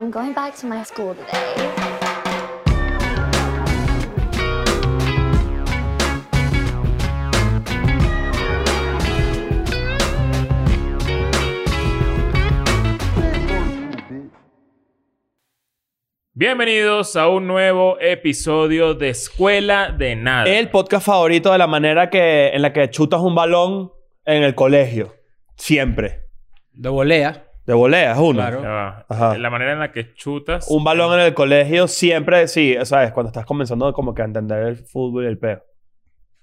I'm going back to my school today. Bienvenidos a un nuevo episodio de Escuela de Nada. El podcast favorito de la manera que, en la que chutas un balón en el colegio. Siempre. De volea. De volea, es uno. Claro. Ya va. Ajá. La manera en la que chutas. Un balón en el colegio siempre, sí, ¿sabes? Cuando estás comenzando como que a entender el fútbol y el peo.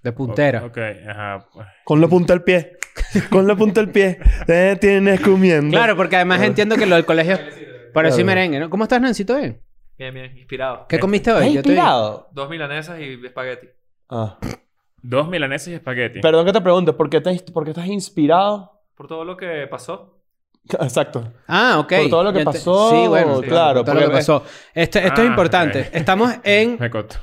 De puntera. Ok, ajá. Con la punta del pie. Con la punta del pie. Te tienes comiendo. Claro, porque además entiendo que lo del colegio... Parece Claro. merengue, ¿no? ¿Cómo estás, Nancito? ¿Bien? Bien, bien, inspirado. ¿Qué comiste hoy? Yo estoy- Eh, inspirado. Dos milanesas y espagueti. Ah. Dos milaneses y espagueti. Perdón que te pregunte, ¿por qué, te- por qué estás inspirado? Por todo lo que pasó. Exacto. Ah, ok. Por todo lo que Yo ente- pasó, Sí, bueno. sí, claro, por todo lo que porque- pasó. Este- esto Ah, es importante. ok. Estamos en... Me costó.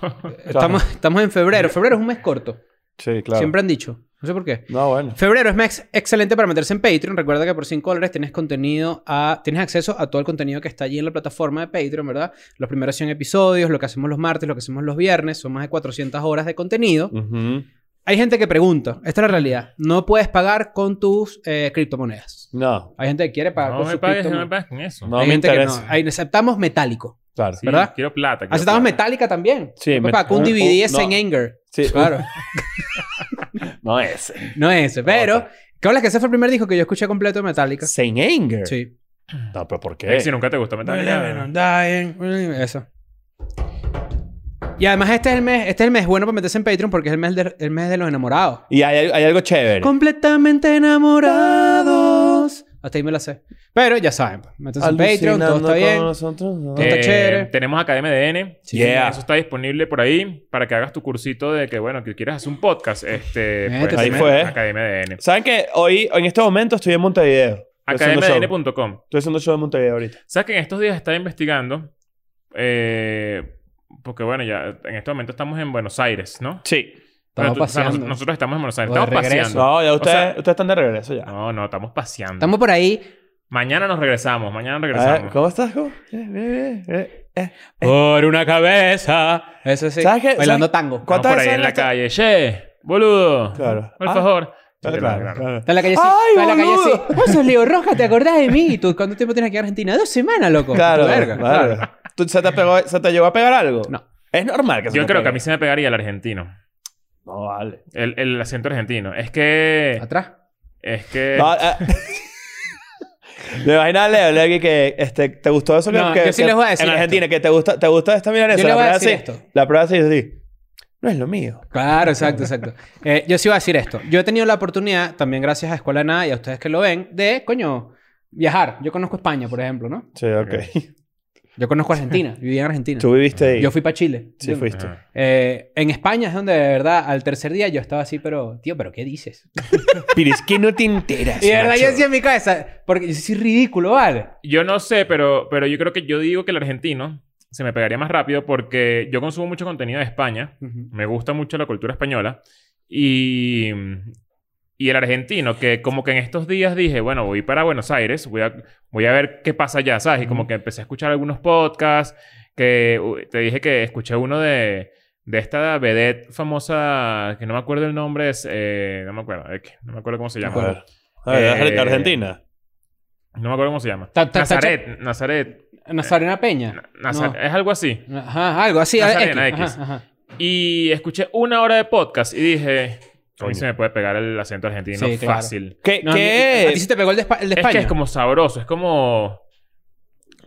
Estamos, estamos en febrero. Febrero es un mes corto. Sí, claro. Siempre han dicho. No sé por qué. No, bueno. Febrero es mes excelente para meterse en Patreon. Recuerda que por 5 dólares tienes contenido a... Tienes acceso a todo el contenido que está allí en la plataforma de Patreon, ¿verdad? Los primeros 100 episodios, lo que hacemos los martes, lo que hacemos los viernes. Son más de 400 horas de contenido. Ujú. Hay gente que pregunta. Esta es la realidad. No puedes pagar con tus eh, criptomonedas. No, Hay gente que quiere pagar No con me sus pagues, no me criptomonedas. pagues con eso. No Hay me gente que interesa. no. Hay- aceptamos metálico. claro. Sí, ¿verdad? Ah, Quiero plata. quiero Aceptamos plata. metálica también. Sí, No puedes pagar con un metálica. DVD es No. en Anger. Sí. Claro. No es. No es ese. Pero, Otra. ¿qué hablas que ese fue el primer disco que yo escuché completo de Metallica? Saint Anger. Sí. No, pero ¿por qué? Eh, Si nunca te gustó Metallica. Eso. Y además este es el mes, este es el mes bueno para meterse en Patreon porque es el mes de, el mes de los enamorados. Y hay, hay algo chévere. Completamente enamorados. Hasta ahí me la sé. Pero ya saben, pues, métanse en Patreon, todo está bien. bien. Eh, Está chévere. Tenemos Academia DN. Sí, Yeah. Eso está disponible por ahí para que hagas tu cursito de que, bueno, que quieras hacer un podcast. Este, Métete, Ahí fue. ¿eh? Academia DN. ¿Saben que hoy, en este momento, estoy en Montevideo? Estoy haciendo show. AcademiaDN.com. Estoy haciendo show en Montevideo ahorita. ¿Sabes que en estos días estaba investigando? eh, porque bueno, ya en este momento estamos en Buenos Aires, ¿no? Sí. Bueno, Estamos tú- o sea, nos- paseando. nosotros estamos en Buenos Aires. O de Estamos regreso. paseando. No, ya ustedes, O sea- ustedes están de regreso ya. No, no, estamos paseando. Estamos por ahí. Mañana nos regresamos. Mañana nos A ver, regresamos. ¿Cómo estás? ¿Cómo? Bien, bien, bien, eh, eh. Por una cabeza. Eso sí. ¿Sabes qué? Bailando ¿Sabes- tango. Estamos ¿Cuántas por ahí veces en la hasta- calle. ¡Che! ¡Boludo! Claro. Por Ah. favor. Claro, claro, claro. Está en la calle así. ¡Ay, está en la calle boludo! así. Vos sos Leo Roja, ¿te acordás de mí? ¿Y tú cuánto tiempo tienes aquí en Argentina? Dos semanas, loco. Claro, Tu verga, claro. ¿Tú- se, te pegó- ¿Se te llegó a pegar algo? No. Es normal que se Yo te creo pegue. que a mí se me pegaría el argentino. No, vale. El, el acento argentino. Es que. Atrás. Es que. No, ah, Le imaginas a Leo, Leo, que- que este, te gustó eso que, No, que- yo sí que- les voy a decir en esto. Argentina, que te gusta, te gusta esta milanesa. Yo la les voy a prueba decir así, esto. La prueba así, así. No es lo mío. Claro, exacto, exacto. Eh, yo sí iba a decir esto. Yo he tenido la oportunidad, también gracias a Escuela de Nada y a ustedes que lo ven, de, coño, viajar. Yo conozco España, por ejemplo, ¿no? Sí, ok. Yo conozco Argentina. Viví en Argentina. Tú viviste ahí. Yo fui para Chile. Sí, fuiste. Ajá. Eh, en España es donde de verdad al tercer día yo estaba así, pero tío, pero ¿qué dices? Pero es que no te enteras. Y de verdad macho. yo decía en mi cabeza, porque yo soy ridículo, ¿vale? Yo no sé, pero, pero yo creo que yo digo que el argentino se me pegaría más rápido porque yo consumo mucho contenido de España. Me gusta mucho la cultura española. Y, y el argentino, que como que en estos días dije, bueno, voy para Buenos Aires, voy a, voy a ver qué pasa allá, ¿sabes? Y como que empecé a escuchar algunos podcasts, que u- te dije que escuché uno de, de esta vedette famosa, que no me acuerdo el nombre, es, eh, no me acuerdo, es que no me acuerdo cómo se A llama. ver. A ver, Eh, Argentina. No me acuerdo cómo se llama. Ta- ta- ta- Nazaret, Nazaret. Nazarena Peña. Na- Nazaret, Es algo así. No. Ajá, algo así. Nazarena, X. X. Ajá, ajá. Y escuché una hora de podcast y dije, a mí Coño. se me puede pegar el acento argentino Sí, claro. fácil. ¿Qué? No, a mí- qué? A, ti se te pegó el de, Espa- el de Es España. que es como sabroso, es como...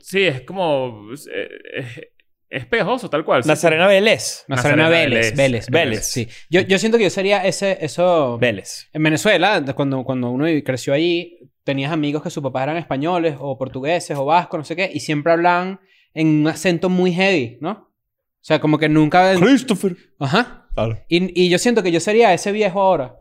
Sí, es como... eh, Es, es pegajoso, tal cual. sí. Nazarena Vélez. Nazarena Nazarena Vélez. Vélez. Vélez. Vélez. Sí. Yo, yo siento que yo sería ese, eso... Vélez. En Venezuela, de- cuando, cuando uno vi- creció allí, tenías amigos que sus papás eran españoles o portugueses o vascos, no sé qué, y siempre hablaban en un acento muy heavy, ¿no? O sea, como que nunca... Christopher. Ajá. Claro. Y, y yo siento que yo sería ese viejo ahora.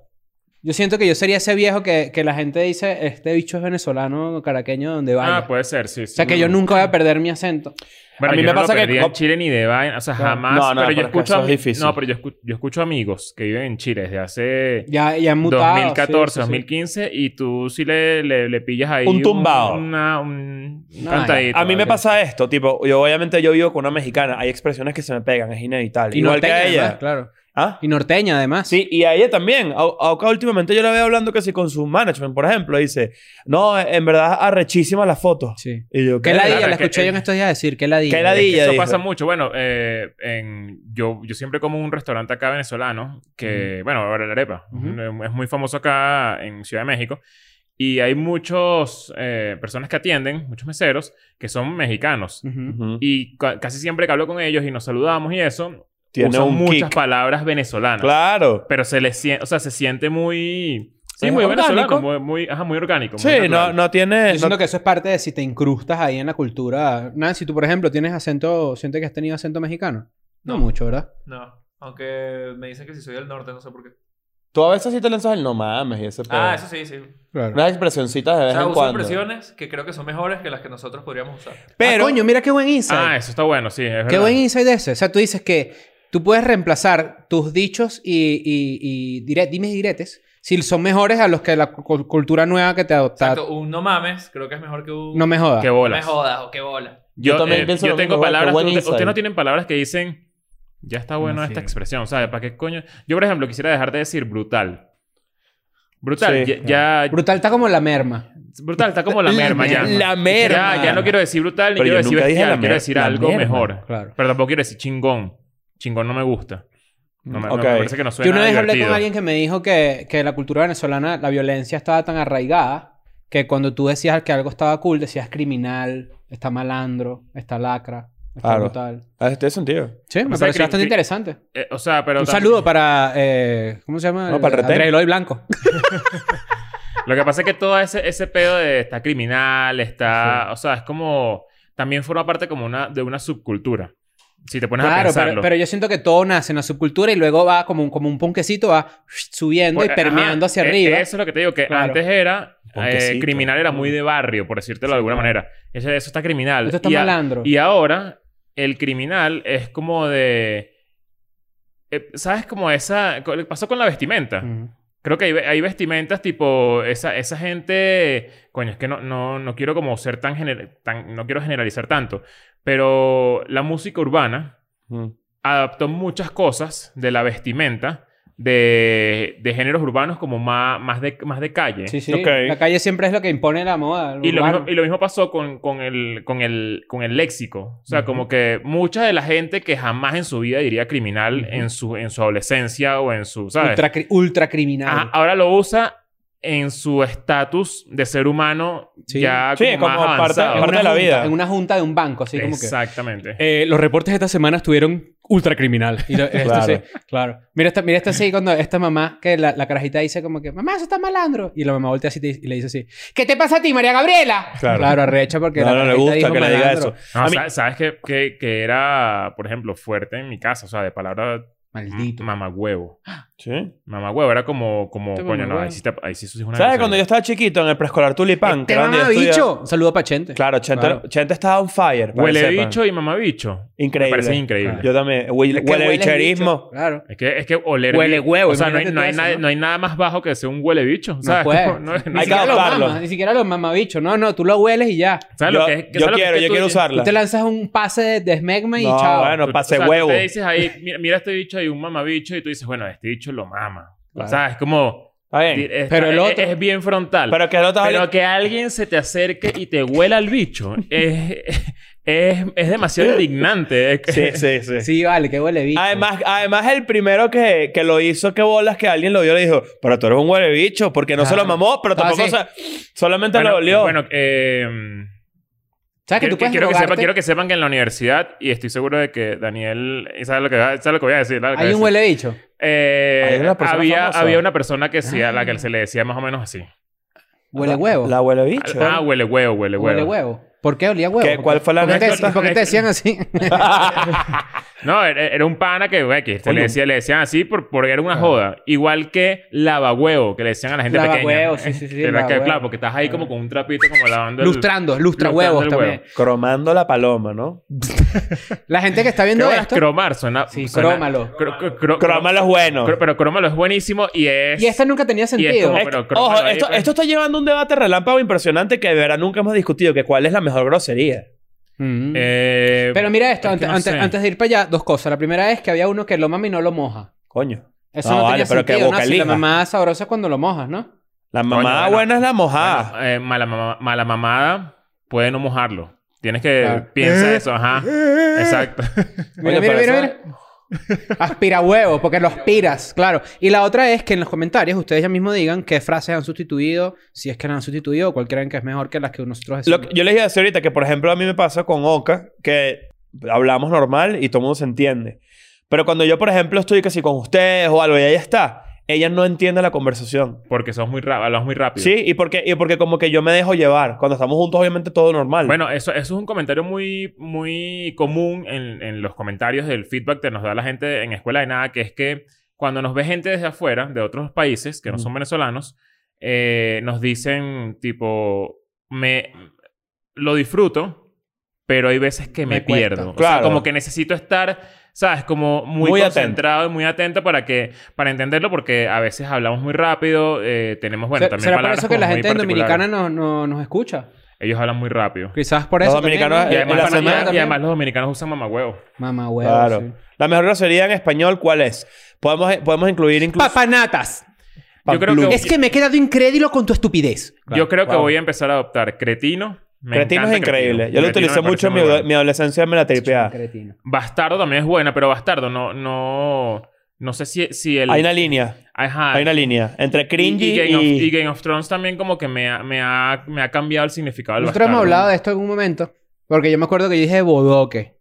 Yo siento que yo sería ese viejo que, que la gente dice, este bicho es venezolano, caraqueño, donde vaya. Ah, puede ser, sí. o sea, que yo nunca voy a perder mi acento. Bueno, a mí yo me no pasa lo que perdí en como- Chile ni de vaina, o sea, Claro. jamás. No, pero no, yo pero es que escucho eso ami- es difícil. No, pero yo escu- yo escucho amigos que viven en Chile desde hace Ya, ya han mutado. 2014, sí, sí, sí. 2015 y tú sí le, le, le pillas ahí Un tumbao. una- un un No, cantadito. A mí me ¿vale? pasa esto, tipo, yo obviamente yo vivo con una mexicana, hay expresiones que se me pegan, es inevitable. Y Igual que norteña, a ella. además, claro. ¿Ah? Y norteña, además. Sí, y a ella también. A a Oka últimamente yo la veo hablando que si con su management, por ejemplo, dice, no, en verdad arrechísima la foto. Sí. Y yo, ¿Qué ¿qué? ladilla? Claro, la es que- escuché yo en estos días decir. ¿Qué ladilla? ¿Qué Es que ladilla? eso dijo. pasa mucho. Bueno, eh, en- yo, yo siempre como en un restaurante acá venezolano que, bueno, ahora la arepa. Es muy famoso acá en Ciudad de México. Y hay muchas personas que atienden, muchos meseros, que son mexicanos. Ujú. Ujú. Y ca- casi siempre que hablo con ellos y nos saludamos y eso, Tiene usan un muchas kick. palabras venezolanas. Claro. Pero se les siente, o sea, se siente muy... Sí, Es muy orgánico. venezolano, muy, muy- ajá, muy orgánico. muy Sí, no, natural. no Yo tiene... siento Eh, no- que eso es parte de si te incrustas ahí en la cultura. Nancy, tú, por ejemplo, tienes acento... ¿Sientes que has tenido acento mexicano? No, No. mucho, ¿verdad? No. Aunque me dicen que si soy del norte, no sé por qué. Tú a veces sí te lanzas el no mames y ese Ah, pedo. eso sí, sí. Claro. Unas expresioncitas de O vez sea, en uso cuando. expresiones que creo que son mejores que las que nosotros podríamos usar. Pero... Ah, coño, mira qué buen insight. Ah, eso está bueno, sí. es qué verdad. buen insight ese. O sea, tú dices que tú puedes reemplazar tus dichos y, y, y dire- dimes y diretes si son mejores a los que la cu- cultura nueva que te adopta. Exacto. Un no mames creo que es mejor que un... No me jodas. Qué No me bolas. jodas o qué bola. Yo también pienso Yo lo tengo mismo, igual, qué palabras. buen Ustedes insight. ustedes no tienen palabras que dicen. Ya está bueno No, esta sí. expresión, ¿sabes? ¿Para qué coño? Yo, por ejemplo, quisiera dejar de decir brutal. Brutal, Sí, ya, ya- Brutal está como la merma. Brutal, está como la merma ya. La merma. Ya, ya no quiero decir brutal ni Pero quiero yo decir nunca dije bestial, la mer- quiero decir la algo merma. mejor. Claro. Pero tampoco quiero decir chingón. Chingón no me gusta. No me, no Ok. me parece que no suena Yo una vez hablé divertido. con alguien que me dijo que, que la cultura venezolana, la violencia estaba tan arraigada que cuando tú decías que algo estaba cool, decías criminal, está malandro, está lacra, está Claro. brutal. Ah, Este sentido. Sí, me O sea, pareció cri- bastante cri- interesante. Eh, o sea, pero... Un también- saludo para... eh, ¿Cómo se llama? No, para el retén. Andrés Eloy Blanco. Lo que pasa es que todo ese, ese pedo de está criminal, está. O sea, es como. También forma parte como una, de una subcultura. Si te pones a Claro, pensarlo. pero, pero yo siento que todo nace en la subcultura y luego va como un, como un ponquecito, va subiendo Pues, y ajá, permeando hacia e- arriba. Eso es lo que te digo, que Claro. antes era. eh, Ponquecito. criminal era muy de barrio, por decírtelo de alguna manera. Eso, eso está criminal. Esto está y, a- malandro. y ahora, el criminal es como de. eh, ¿Sabes? Como esa. co- Pasó con la vestimenta. Mm. Creo que hay, ve- hay vestimentas tipo esa, esa gente, coño, es que no, no, no quiero como ser tan, gener- tan no quiero generalizar tanto, pero la música urbana Mm. adaptó muchas cosas de la vestimenta de, de géneros urbanos como más, más, de, más de calle. Sí, sí. Ok. La calle siempre es lo que impone la moda. lo Y lo, urbano. mismo, y lo mismo pasó con, con, el, con, el, con el léxico. O sea, como que mucha de la gente que jamás en su vida diría criminal en, su, en su adolescencia o en su... ¿sabes? Ultra, cri- ultra criminal. Ajá, Ah, ahora lo usa en su estatus de ser humano Sí. ya Sí, como, como más parte- avanzado. parte- de la junta- vida. En una junta de un banco, así como que. Exactamente. Eh, los reportes de esta semana estuvieron ultra criminal. Y lo- esto Claro. sí, claro. Mira esta, mira esta así cuando esta mamá, que la, la carajita dice como que, mamá, eso está malandro. Y la mamá voltea así y te- y le dice así, ¿qué te pasa a ti, María Gabriela? Claro. arrecha porque No, la no le carajita gusta dijo que le diga malandro. eso. No, A mí- sa- ¿Sabes que, que, que era, por ejemplo, fuerte en mi casa? O sea, de palabra Maldito. mamagüevo. Sí. Mamagüevo era como, como Este coño, no, ahí mamagüevo. sí, te- ahí sí eso sí es una ¿Sabes grosería. cuando yo estaba chiquito en el preescolar Este Tulipán? ¡Te era donde yo estudiaba? bicho! Un saludo para Chente. Claro, Chente, Claro. Chente estaba on fire. para Huele que sepan. bicho y mamabicho. Me Increíble. parece increíble. Yo también. Huele, Es que huele hueles bicho, bicherismo. Claro. Es que, es que oler... Huele bicho- huevo, O sea, no hay, imagínate no, hay todo eso, nada, ¿no? no hay nada más bajo que ser un huele bicho. No ¿Sabes? puede. Como- no- no- Ni Hay que siquiera lo adaptarlo. mamas, Ni siquiera los mamabichos. No, no, tú lo hueles y ya. ¿Sabes yo lo que es? ¿sabes yo lo que es quiero, que yo tú quiero dices? Tú usarla. te lanzas un pase de, de smegma y No, chao. Tú- bueno, tú- pase o sea, tú huevo. te dices ahí, mira, mira este bicho hay un mamabicho y tú dices, bueno, este bicho lo mama. Claro. O sea, es como... Está di- bien. es- Pero el es- otro- Es, bien frontal. Pero, Pero que no estás hablando- que alguien se te acerque y te huela el bicho es, es, es demasiado indignante. Es que- Sí, sí, sí. Sí, vale, que huele bicho. Además, además, el primero que, que lo hizo, que bolas, que alguien lo vio, le dijo, pero tú eres un huele bicho, porque no se lo Claro. mamó, pero Ah, tampoco sí. se- Solamente Bueno, lo olió. Bueno, eh, ¿sabes que quiero, tú puedes quiero que sepa- drogarte? quiero que sepan que en la universidad, y estoy seguro de que Daniel... ¿Sabes lo que, va- sabe lo que voy a decir? ¿sabes lo que voy a Hay un decir? huele bicho. Eh, Hay una persona había, famosa. había una persona que sí, a la que se le decía más o menos así. Huele La- huevo. La huele bicho. Ah, huele huevo, huele huevo. Huele huevo. ¿Por qué olía huevo? ¿Qué- ¿Por cuál qué- fue la ¿Por qué te, anécdota? por qué te decían así? No, era, era un pana que, güey, que se Coño. le, decía, le decían así por, porque era Ah. una joda. Igual que lavahuevo, que le decían a la gente pequeña. Lavahuevo, sí, sí, sí, Que era que, lavahuevo. Ah. claro, porque estás ahí como con un trapito como lavando el- Lustrando, lustra lustrando huevos el también. Cromando la paloma, ¿no? La gente que está Qué viendo bolas, esto. cromar suena... Sí, suena- crómalo. cro- cro- cro- Crómalo es bueno. cro- pero crómalo es buenísimo y es... Y esta nunca tenía y es sentido. como- Es- pero crómalo ojo, ahí, esto, pues. esto está llevando un debate relámpago impresionante que de verdad nunca hemos discutido, que cuál es la mejor grosería. Mm. eh, Pero mira esto, es que antes, no antes- sé. antes de ir para allá, dos cosas. La primera es que había uno que lo mama y no lo moja. Coño. Eso No, no, vale, tenía pero que sentido, ¿no? Si vocaliza. la mamá sabrosa es cuando lo mojas, ¿no? La mamada bueno. buena es la mojada. Ah. bueno, eh, mala, mama- mala mamada puede no mojarlo. Tienes que... Claro. Piensa eso, ajá. Exacto. Mira, Oye, mira, pero mira, eso- mira. Aspira huevo, porque los piras, claro. Y la otra es que en los comentarios ustedes ya mismo digan qué frases han sustituido, si es que las han sustituido o cuál creen que es mejor que las que nosotros Lo decimos. que- yo les iba a decir ahorita que, por ejemplo, a mí me pasa con Oka, que hablamos normal y todo el mundo se entiende. Pero cuando yo, por ejemplo, estoy casi con ustedes o algo y ella está, ella no entiende la conversación. Porque sos muy rápido. Hablas muy rápido. Sí, y porque, y porque como que yo me dejo llevar. Cuando estamos juntos, obviamente todo normal. Bueno, eso, eso es un comentario muy, muy común en, en los comentarios del feedback que nos da la gente en Escuela de Nada, que es que cuando nos ve gente desde afuera, de otros países que no son Ujú. venezolanos, eh, nos dicen tipo, me lo disfruto, pero hay veces que me, Me cuesta. pierdo. O sea, Claro. como que necesito estar, ¿sabes? Como muy, Muy atento. concentrado y muy atento para que para entenderlo, porque a veces hablamos muy rápido, eh, tenemos, bueno, Se- también ¿Será por palabras eso que como la muy gente en particulares. dominicana no, no- nos escucha? Ellos hablan muy rápido. Quizás por Los eso. dominicanos, también, Y ¿no? eh, además, la semana- y además los dominicanos usan mamahuevo. Mamá huevo. claro. sí. La mejor grosería en español, ¿cuál es? Podemos, eh, podemos incluir incluso... Ah, Papanatas. Yo creo que- Es que me he quedado incrédulo con tu estupidez. Yo creo que wow. voy a empezar a adoptar cretino. Me Cretino es encanta increíble. Cretino. Yo lo Cretino utilicé me parece mucho en mi, muy ado- bueno. mi adolescencia, me la tripeaba. Cretino. Bastardo también es buena, pero bastardo no... No, no sé si, si el... Hay una línea. Ajá. Hay una línea. Entre cringy Ah. y, y... Game Of, y Game of Thrones también como que me ha, me ha, me ha cambiado el significado del Nosotros hemos bastardo. hablado de esto en un momento. Porque yo me acuerdo que yo dije bodoque.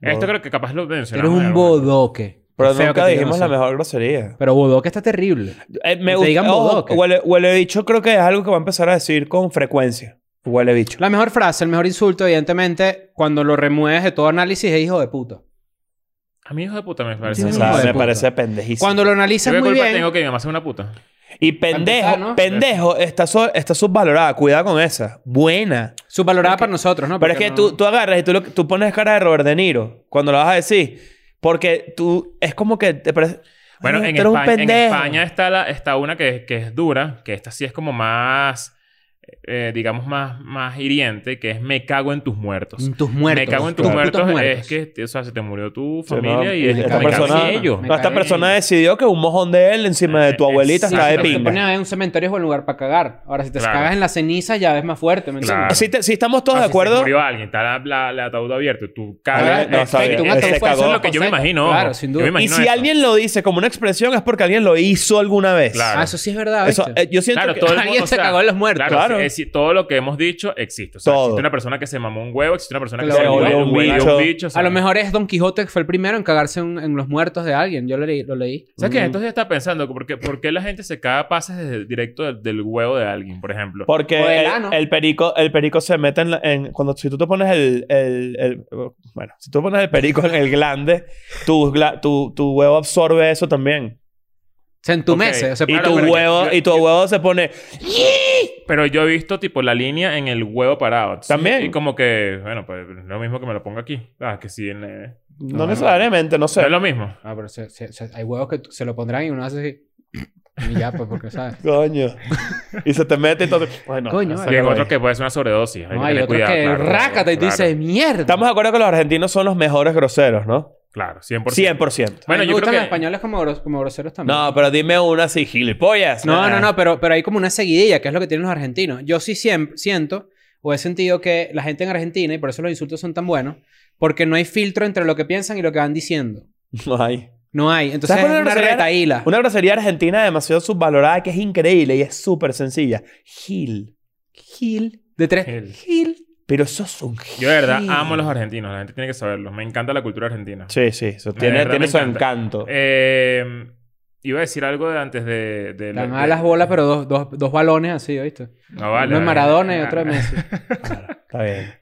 Esto creo que capaz lo Eres mencionamos. en un algún momento. bodoque. Pero Qué feo nunca que te dijimos digan la así. mejor grosería. Pero bodoque está terrible. Eh, me Que te gusta. digan ojo, bodoque. huele, huele bicho creo que es algo que va a empezar a decir con frecuencia. Huele bicho. La mejor frase, el mejor insulto, evidentemente, cuando lo remueves de todo análisis, es hijo de puta. A mí hijo de puta me parece. Sí, un sí, O sea, hijo hijo de de- me puta. parece pendejísimo. Cuando lo Yo analizas qué muy culpa bien, tengo que mi mamá sea una puta. Y Para pendejo, empezar, ¿no? pendejo, está, so- está subvalorada. Cuidado con esa. Buena. subvalorada para nosotros, ¿no? Pero es Porque que no- tú, tú agarras y tú, lo- tú pones cara de Robert De Niro cuando lo vas a decir. Porque tú... Es como que te parece... Bueno, "Ay, en tú eres un España, en pendejo". España está, la, está una que, que es dura, que esta sí es como más, eh, digamos, más, más hiriente, que es me cago en tus muertos. Tus muertos. me cago en tus tus muertos, putos es que, o sea, se te murió tu Sí, familia no, y es esta como me cago en persona- ellos. me No, esta cagué. persona decidió que un mojón de él encima de tu Eh, abuelita sí, está de sí, te pinga. pones pinga. a ver un cementerio es buen lugar para cagar. Ahora, si te Claro. cagas en la ceniza, ya es más fuerte, ¿me entiendes? Claro. Si, te- si estamos todos Ah, de si se acuerdo... murió alguien, está la, la- la ataúd abierto, tú Ah, cagas. no, eh, está eh, bien. eh, un ataúd Ese fue- cagó. es lo que yo me concepto. imagino. Claro, sin duda. Yo me Y imagino si eso. alguien lo dice como una expresión es porque alguien lo hizo alguna vez. Claro. Ah, eso sí es verdad, Eso, ¿viste? eh, yo siento Claro, que todo el mundo, Alguien o se sea, cagó en los muertos. Claro, Claro. es decir, todo lo que hemos dicho existe. O sea, Todo. existe una persona que se mamó un huevo, existe una persona que Claro. se Se volvió volvió un un huevo, un bicho. bicho. o sea, A lo mejor es Don Quijote que fue el primero en cagarse en, en los muertos de alguien. Yo lo leí. Lo leí. ¿Sabes qué? Entonces está pensando, ¿por qué, por qué la gente se caga pases desde- directo del, del huevo de alguien, por ejemplo? Porque O del el, ano. el perico, el perico se mete en, la- en- cuando si tú te pones el, el- el- bueno, si tú pones el perico en el glande, tu, gla- tu, tu huevo absorbe eso también. Se entumece. Ok. o sea, Y Y Claro, tu pero yo- huevo yo- y tu huevo se pone Pero yo he visto, tipo, la línea en el huevo parado. ¿sí? También. Y como que, bueno, pues lo mismo que me lo pongo aquí. Ah, que sí, en, eh, no, no. necesariamente, no no sé. es lo mismo. Ah, pero se- se- se- hay huevos que t- se lo pondrán y uno hace así. Y ya, pues, porque sabes. Coño. Y se te mete y entonces, bueno, Coño, sácalo Y hay ahí. otros que puede ser una sobredosis. No, que hay tener otros cuidado, que claro, rácata y tú claro, dices, mierda. Estamos de acuerdo que los argentinos son los mejores groseros, ¿no? Claro, 100%. 100%. Bueno, A mí me yo creo gustan que... los españoles como, gros- como groseros también. No, pero dime una así, gilipollas. Ah, No, pues, no, ah. no, pero, pero hay como una seguidilla, que es lo que tienen los argentinos. Yo sí siem- siento o he sentido que la gente en Argentina, y por eso los insultos son tan buenos, porque no hay filtro entre lo que piensan y lo que van diciendo. No hay. No hay. Entonces es ¿Sabes cuál es la una grosería? retaíla. Una grosería argentina demasiado subvalorada que es increíble y es súper sencilla. Gil. Gil. De Gil. tres. Gil. Pero sos un gil. Yo de verdad amo a los argentinos. La gente tiene que saberlo. Me encanta la cultura argentina. Sí, sí. eso De tiene verdad tiene me su encanta. encanto. Eh, iba a decir algo de antes de... de- de- Le dan a las bolas, pero dos, dos, dos balones así, ¿oíste? No eh, vale. Ah, Uno de vale. Maradona y otro de Messi. Está bien.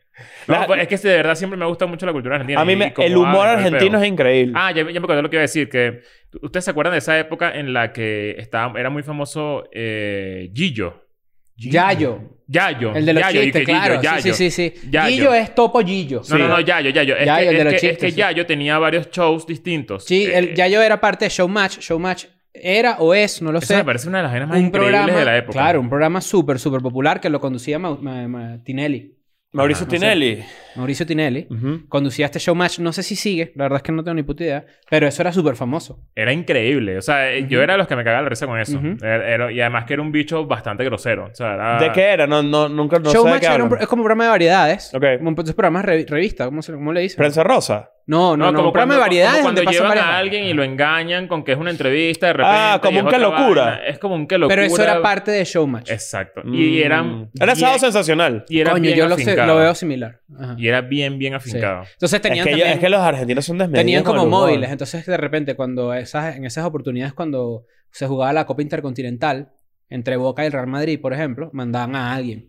No, La- pues, es que de verdad siempre me gusta mucho la cultura argentina. A mí y- me- y cómo el humor hablan, todo el argentino pedo. es increíble. Ah, ya, me- ya me acordé lo que iba a decir. Que ustedes se acuerdan de esa época en la que estaba, era muy famoso eh, Gillo. ah. Yayo. Yayo. El de los Yayo, y que chistes, Gillo, claro. Yayo. Sí, sí, sí. Yayo. Gillo es Topo Gillo. No, no, no, Yayo, Yayo. Es que, Yayo, el de es los que- es chistes, que sí. Yayo tenía varios shows distintos. Sí, Eh, el Yayo era parte de Showmatch. Showmatch era o es, no lo Eso sé. me parece una de las vainas más un increíbles programa, de la época. Claro, un programa súper, súper popular que lo conducía Ma- Ma- Ma- Tinelli. Mauricio Ah, no sé. Tinelli. Mauricio Tinelli. Ujú. Conducía este showmatch, no sé si sigue, la verdad es que no tengo ni puta idea, pero eso era súper famoso. Era increíble. O sea, eh, yo era de los que me cagaba la risa con eso. Ujú. Era- era- y además que era un bicho bastante grosero. O sea, era... ¿De qué era? No, no, nunca no sé de showmatch qué era un pro- hablan. es como un programa de variedades. Ok. Como un es programa de revi- revista, ¿cómo, se, cómo le dicen? ¿Prensa Rosa? No, no, no, un programa cuando- de variedades como donde cuando pasan llevan varias a alguien y lo engañan con que es una entrevista de repente. Ah, como y es un qué otra locura. vaina. Es como un que locura. Pero eso era parte de showmatch. Exacto. Y eran... Mm. Era sábado bien- sensacional. y era Coño, bien yo lo, sé- afincado. lo veo similar. Ajá. Y era bien, bien afincado. Sí. Entonces Es tenían que, yo- también- es que los argentinos son desmedidos. Tenían con como el humor. móviles, entonces de repente cuando esas, en esas oportunidades cuando se jugaba la Copa Intercontinental entre Boca y el Real Madrid, por ejemplo, mandaban a alguien.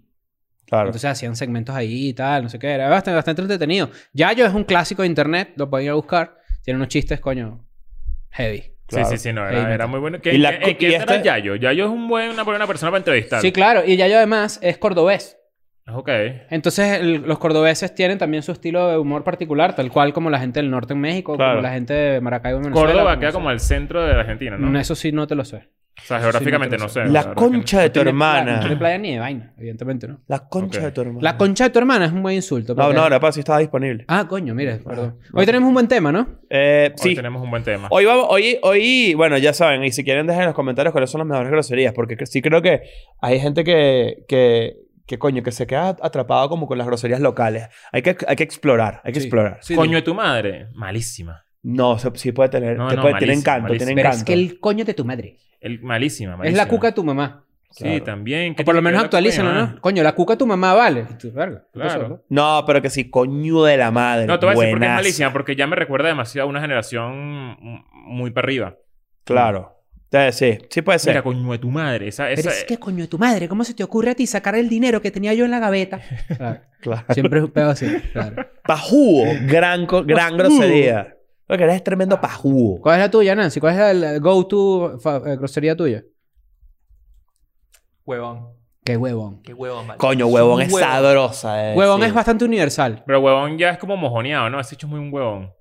Claro. Entonces hacían segmentos ahí y tal, no sé qué, era bastante, bastante entretenido. Yayo es un clásico de internet, lo pueden ir a buscar, tiene unos chistes, coño, heavy. claro. Sí, sí, sí, no, Ahí era, me era está. muy bueno. ¿Qué, Y la eh, co- eh, qué y será este- Yayo? Yayo es un buen, una buena persona para entrevistar. Sí, claro, y Yayo además es cordobés. Ok. Entonces el- los cordobeses tienen también su estilo de humor particular, tal cual como la gente del norte en México, Claro. como la gente de Maracaibo en Venezuela. Córdoba como queda sea. como al centro de la Argentina, ¿no? No, Eso sí no te lo sé. O sea, geográficamente no no sé. sé. la verdad La es que no. concha de tu tiene pla- No tiene hermana. playa ni de vaina, evidentemente, ¿no? La concha Ok. de tu hermana. La concha de tu hermana es un buen insulto. No, porque- no, ahora papá sí estaba disponible. Ah, coño, mire, perdón. Hoy tenemos un buen tema, ¿no? Eh, Hoy sí. Oh, tenemos un buen tema. Hoy vamos, hoy, hoy, bueno, ya saben, y si quieren dejen en los comentarios cuáles son las mejores groserías, porque que- sí creo que hay gente que, que, que coño, que se queda atrapado como con las groserías locales. Hay que, hay que explorar, hay que Sí. explorar. Sí, Coño dime. de tu madre. Malísima. No, se- sí puede tener, No, te no, puede- tiene malísimo, encanto, tiene malísimo. Pero encanto. es que el coño de tu madre. El, malísima, Es malísima. la cuca de tu mamá. Sí, Claro. también. O por lo menos actualízalo, actualízalo, ¿no? Coño, la cuca de tu mamá vale. Y tú, verga, ¿qué pasó, Claro. no? No, pero que sí, coño de la madre. No, te voy a decir porque es buenazo. malísima. Porque ya me recuerda demasiado a una generación mm, muy para arriba. Claro. Eh, Sí, sí puede ser. Mira, coño de tu madre. Esa, Pero esa, es que coño de tu madre, ¿cómo se te ocurre a ti sacar el dinero que tenía yo en la gaveta? Claro. Claro. Siempre es un pedo así. Claro. Pajúo, gran, co- gran grosería. Lo que eres es tremendo pajúo. ¿Cuál es la tuya, Nancy? ¿Cuál es el go-to fa- eh, grosería tuya? Huevón. Qué huevón. Qué huevón, vale. Coño, huevón es Huevón. sabrosa. eh, de Huevón decir. es bastante universal. Pero huevón ya es como mojoneado, ¿no? Ese hecho es muy un huevón.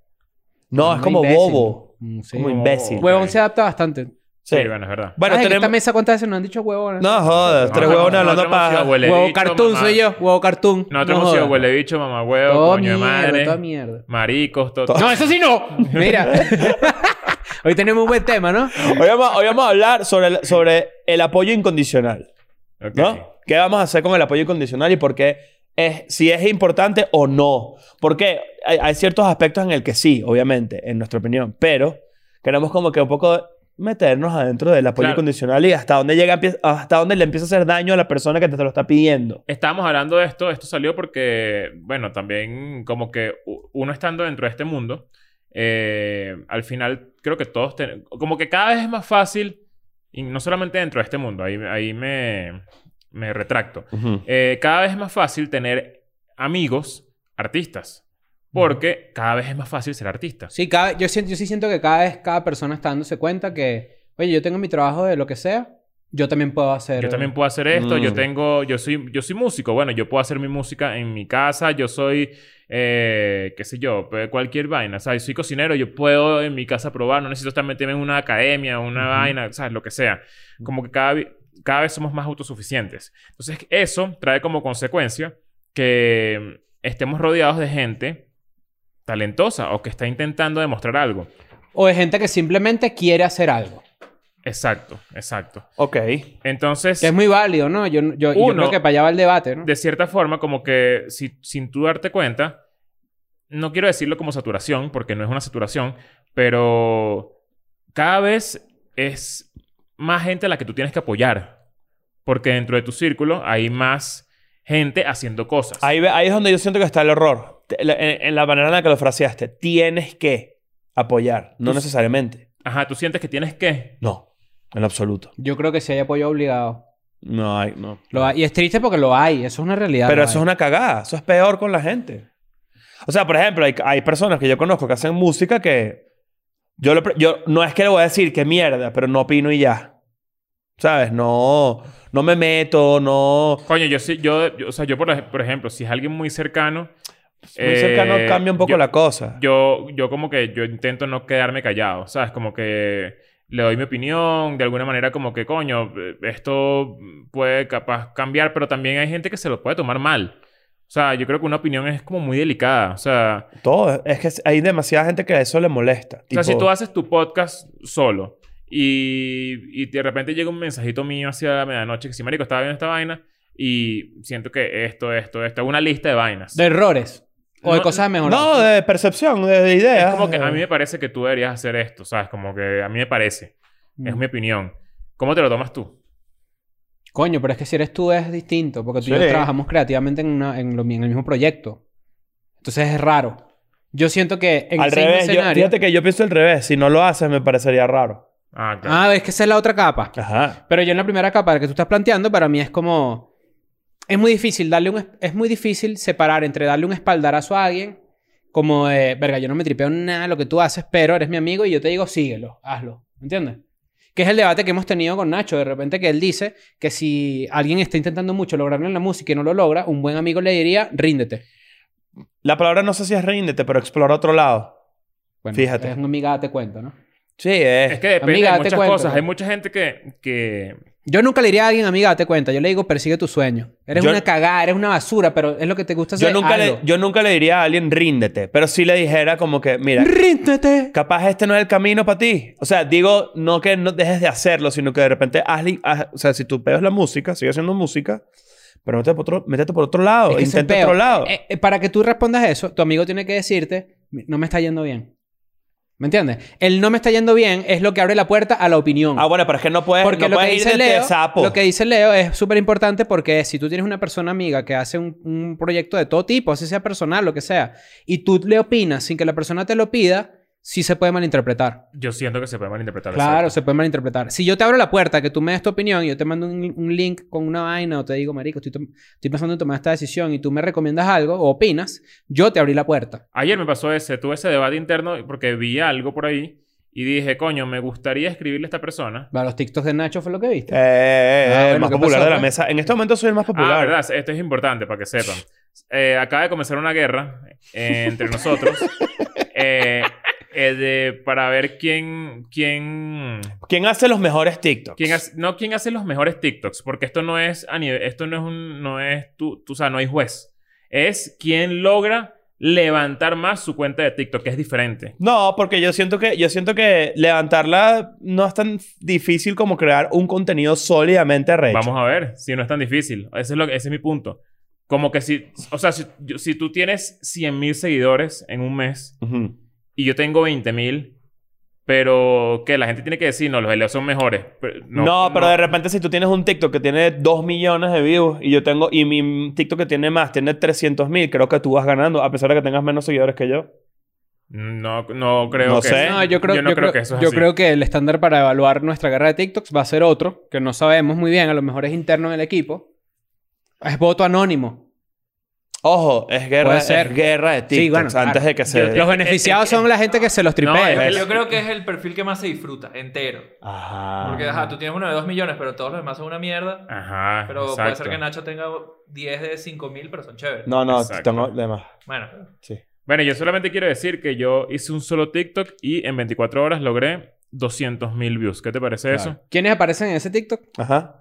No, es Muy como imbécil. bobo. Mm, sí. Como imbécil. bobo. Huevón Ok. se adapta bastante. Sí, Sí. bueno, es verdad. Bueno, Ay, en tenemos... esta mesa cuántas veces nos han dicho huevón. No jodas, tres No, huevones no, hablando nosotros hemos sido paja. huele Huevo bicho, cartoon mamá. soy yo, huevo cartoon. Nosotros No hemos sido jodas. huele bicho, mamá huevo, Todo coño de mierda, madre. todo mierda. Maricos, todo. No, eso sí no. Mira. Hoy tenemos un buen tema, ¿no? Hoy vamos, hoy vamos a hablar sobre el, sobre el apoyo incondicional, Ok. ¿no? ¿Qué vamos a hacer con el apoyo incondicional y por qué es, si es importante o no? Porque hay, hay ciertos aspectos en el que sí, obviamente, en nuestra opinión, pero queremos como que un poco meternos adentro del apoyo Claro. incondicional y hasta dónde llega empie- hasta dónde le empieza a hacer daño a la persona que te, te lo está pidiendo. Estábamos hablando de esto, esto salió porque, bueno, también como que u- uno estando dentro de este mundo, eh, al final creo que todos, ten- como que cada vez es más fácil, y no solamente dentro de este mundo, ahí, ahí me, me retracto, Eh, cada vez es más fácil tener amigos artistas, porque cada vez es más fácil ser artista. Sí, cada, yo, siento, yo sí siento que cada vez cada persona está dándose cuenta que, oye, yo tengo mi trabajo de lo que sea, yo también puedo hacer. Yo también puedo hacer esto, yo Mm. tengo, yo soy, yo soy músico, bueno, yo puedo hacer mi música en mi casa, yo soy, eh, qué sé yo, pe- cualquier vaina, ¿sabes? Soy cocinero, yo puedo en mi casa probar, no necesito estar metido en una academia, una vaina, ¿sabes? Lo que sea. Como que cada, vi- cada vez somos más autosuficientes. Entonces, eso trae como consecuencia que estemos rodeados de gente talentosa o que está intentando demostrar algo. O de gente que simplemente quiere hacer algo. Exacto, exacto. Ok. Entonces... Que es muy válido, ¿no? Yo, yo, y yo Uno. creo que para allá va el debate, ¿no? de cierta forma, como que si, sin tú darte cuenta, no quiero decirlo como saturación, porque no es una saturación, pero cada vez es más gente a la que tú tienes que apoyar. Porque dentro de tu círculo hay más gente haciendo cosas. Ahí, ve- ahí es donde yo siento que está el error. Te- la- En, en la manera en la que lo fraseaste. Tienes que apoyar. No Tú- necesariamente. Ajá, tú sientes que tienes que. No. En absoluto. Yo creo que sí hay apoyo obligado. No hay, no. Lo hay- Y es triste porque lo hay. Eso es una realidad. Pero lo eso es hay. una cagada. Eso es peor con la gente. O sea, por ejemplo, hay, hay personas que yo conozco que hacen música que... Yo, lo pre- yo no es que le voy a decir que mierda, pero no opino y ya. ¿Sabes? No, no me meto, no... Coño, yo sí, yo, yo- o sea, yo por, ej- por ejemplo, si es alguien muy cercano, Muy Eh, cercano cambia un poco yo- la cosa. yo, yo como que yo intento no quedarme callado, ¿sabes? Como que le doy mi opinión, de alguna manera como que, coño, eh, esto puede capaz cambiar, pero también hay gente que se lo puede tomar mal. O sea, yo creo que una opinión es como muy delicada. O sea, Todo. Es que hay demasiada gente que a eso le molesta. O sea, si Tipo, tú haces tu podcast solo y, y de repente llega un mensajito mío hacia la medianoche que si marico, estaba viendo esta vaina y siento que esto, esto, esto, una lista de vainas. De errores. O de No, cosas mejoradas. No, de percepción, de, de es Ah, ideas. como que a de- mí me parece que tú deberías hacer esto, ¿sabes? Como que a mí me parece. Mm. Es mi opinión. ¿Cómo te lo tomas tú? Coño, pero es que si eres tú es distinto, porque tú y Sí. yo trabajamos creativamente en, una- en lo mi- en el mismo proyecto. Entonces es raro. Yo siento que en Al el mismo revés. yo- escenario... fíjate que yo pienso al revés. Si no lo haces, me parecería raro. Ah, claro. Ah, es que esa es la otra capa. Ajá. Pero yo en la primera capa que tú estás planteando, para mí es como... Es muy difícil darle un... es- Es muy difícil separar entre darle un espaldarazo a alguien como de... Verga, yo no me tripeo nada de lo que tú haces, pero eres mi amigo y yo te digo síguelo, hazlo. ¿Me entiendes? Que es el debate que hemos tenido con Nacho. De repente que él dice que si alguien está intentando mucho lograrlo en la música y no lo logra, un buen amigo le diría, ríndete. La palabra no sé si es ríndete, pero explora otro lado. Bueno, Fíjate. Es una amiga, te cuento, ¿no? Sí, es. es que depende Ah, de Amiga, date muchas cuenta, pues. cosas. ¿no? Hay mucha gente que, que... Yo nunca le diría a alguien, amiga, date cuenta. Yo le digo, persigue tu sueño. Eres Yo- una cagada, eres una basura, pero es lo que te gusta hacer. yo, nunca le, hazlo. yo nunca le diría a alguien ríndete, pero sí le dijera como que, mira, Ríndete. capaz este no es el camino para ti. O sea, digo, no que no dejes de hacerlo, sino que de repente hazle, haz- o sea, si tú pegas la música, sigue haciendo música, pero métete por otro, métete por otro lado, Es que ese intenta peo. otro lado. Eh, eh, para que tú respondas eso, tu amigo tiene que decirte, no me está yendo bien. ¿Me entiendes? El no me está yendo bien es lo que abre la puerta a la opinión. Ah, bueno, pero es que no puedes, Porque no lo, que puedes ir dice de, de Leo, sapo. lo que dice Leo es súper importante porque si tú tienes una persona amiga que hace un, un proyecto de todo tipo, así sea personal, lo que sea, y tú le opinas sin que la persona te lo pida, sí se puede malinterpretar. Yo siento que se puede malinterpretar. Claro, exacto. se puede malinterpretar. Si yo te abro la puerta, que tú me des tu opinión y yo te mando un, un link con una vaina o te digo, marico, estoy, tom- estoy pensando en tomar esta decisión y tú me recomiendas algo o opinas, yo te abrí la puerta. Ayer me pasó ese, tuve ese debate interno porque vi algo por ahí y dije, coño, me gustaría escribirle a esta persona. Ah, Para los TikToks de Nacho fue lo que Eh, viste. eh, eh, Ah, el bueno, más ¿qué popular pasó, de la pues? mesa. En este momento soy el más popular. Ah, verdad, esto es importante para que sepan. Eh, acaba de comenzar una guerra eh, entre nosotros eh, eh, de- para ver quién, quién, ¿Quién hace los mejores TikToks? quién hace, no quién hace los mejores TikToks, porque esto no es a nivel, esto no es un, no es tú, tú, o sea, no hay juez. Es quién logra levantar más su cuenta de TikTok, que es diferente. No, porque yo siento que yo siento que levantarla no es tan difícil como crear un contenido sólidamente recho. Vamos a ver si no es tan difícil. Ese es, lo, que- ese es mi punto. Como que si, o sea, si, yo- si tú tienes 100 mil seguidores en un mes, Ujú. y yo tengo 20 mil, pero que la gente tiene que decir, no, los de Leo son mejores. Pero- No, pero de repente si tú tienes un TikTok que tiene 2 millones de views y yo tengo y mi TikTok que tiene más tiene 300 mil, creo que tú vas ganando a pesar de que tengas menos seguidores que yo. No, no creo No que... sé. No, yo creo, Eh, no yo creo- que eso es yo así. creo que el estándar para evaluar nuestra guerra de TikToks va a ser otro, que no sabemos muy bien, a lo mejor es interno en el equipo. Es voto anónimo. Ojo, es guerra, Puede ser. es guerra de TikToks Sí, bueno, antes claro. de que se Los beneficiados son la gente que se los No, tripea. es- Yo creo que es el perfil que más se disfruta, entero. Ajá. Porque, ajá, tú tienes uno de 2 millones, pero todos los demás son una mierda. Ah, Ajá, Pero puede exacto. ser que Nacho tenga 10 de 5 mil, pero son chéveres. No, ¿Eh? no, Exacto. tengo demás. Bueno, pero- Sí. Bueno, yo solamente quiero decir que yo hice un solo TikTok y en 24 horas logré 200 mil views. ¿Qué te parece eso? ¿Quiénes aparecen en ese TikTok? Ajá.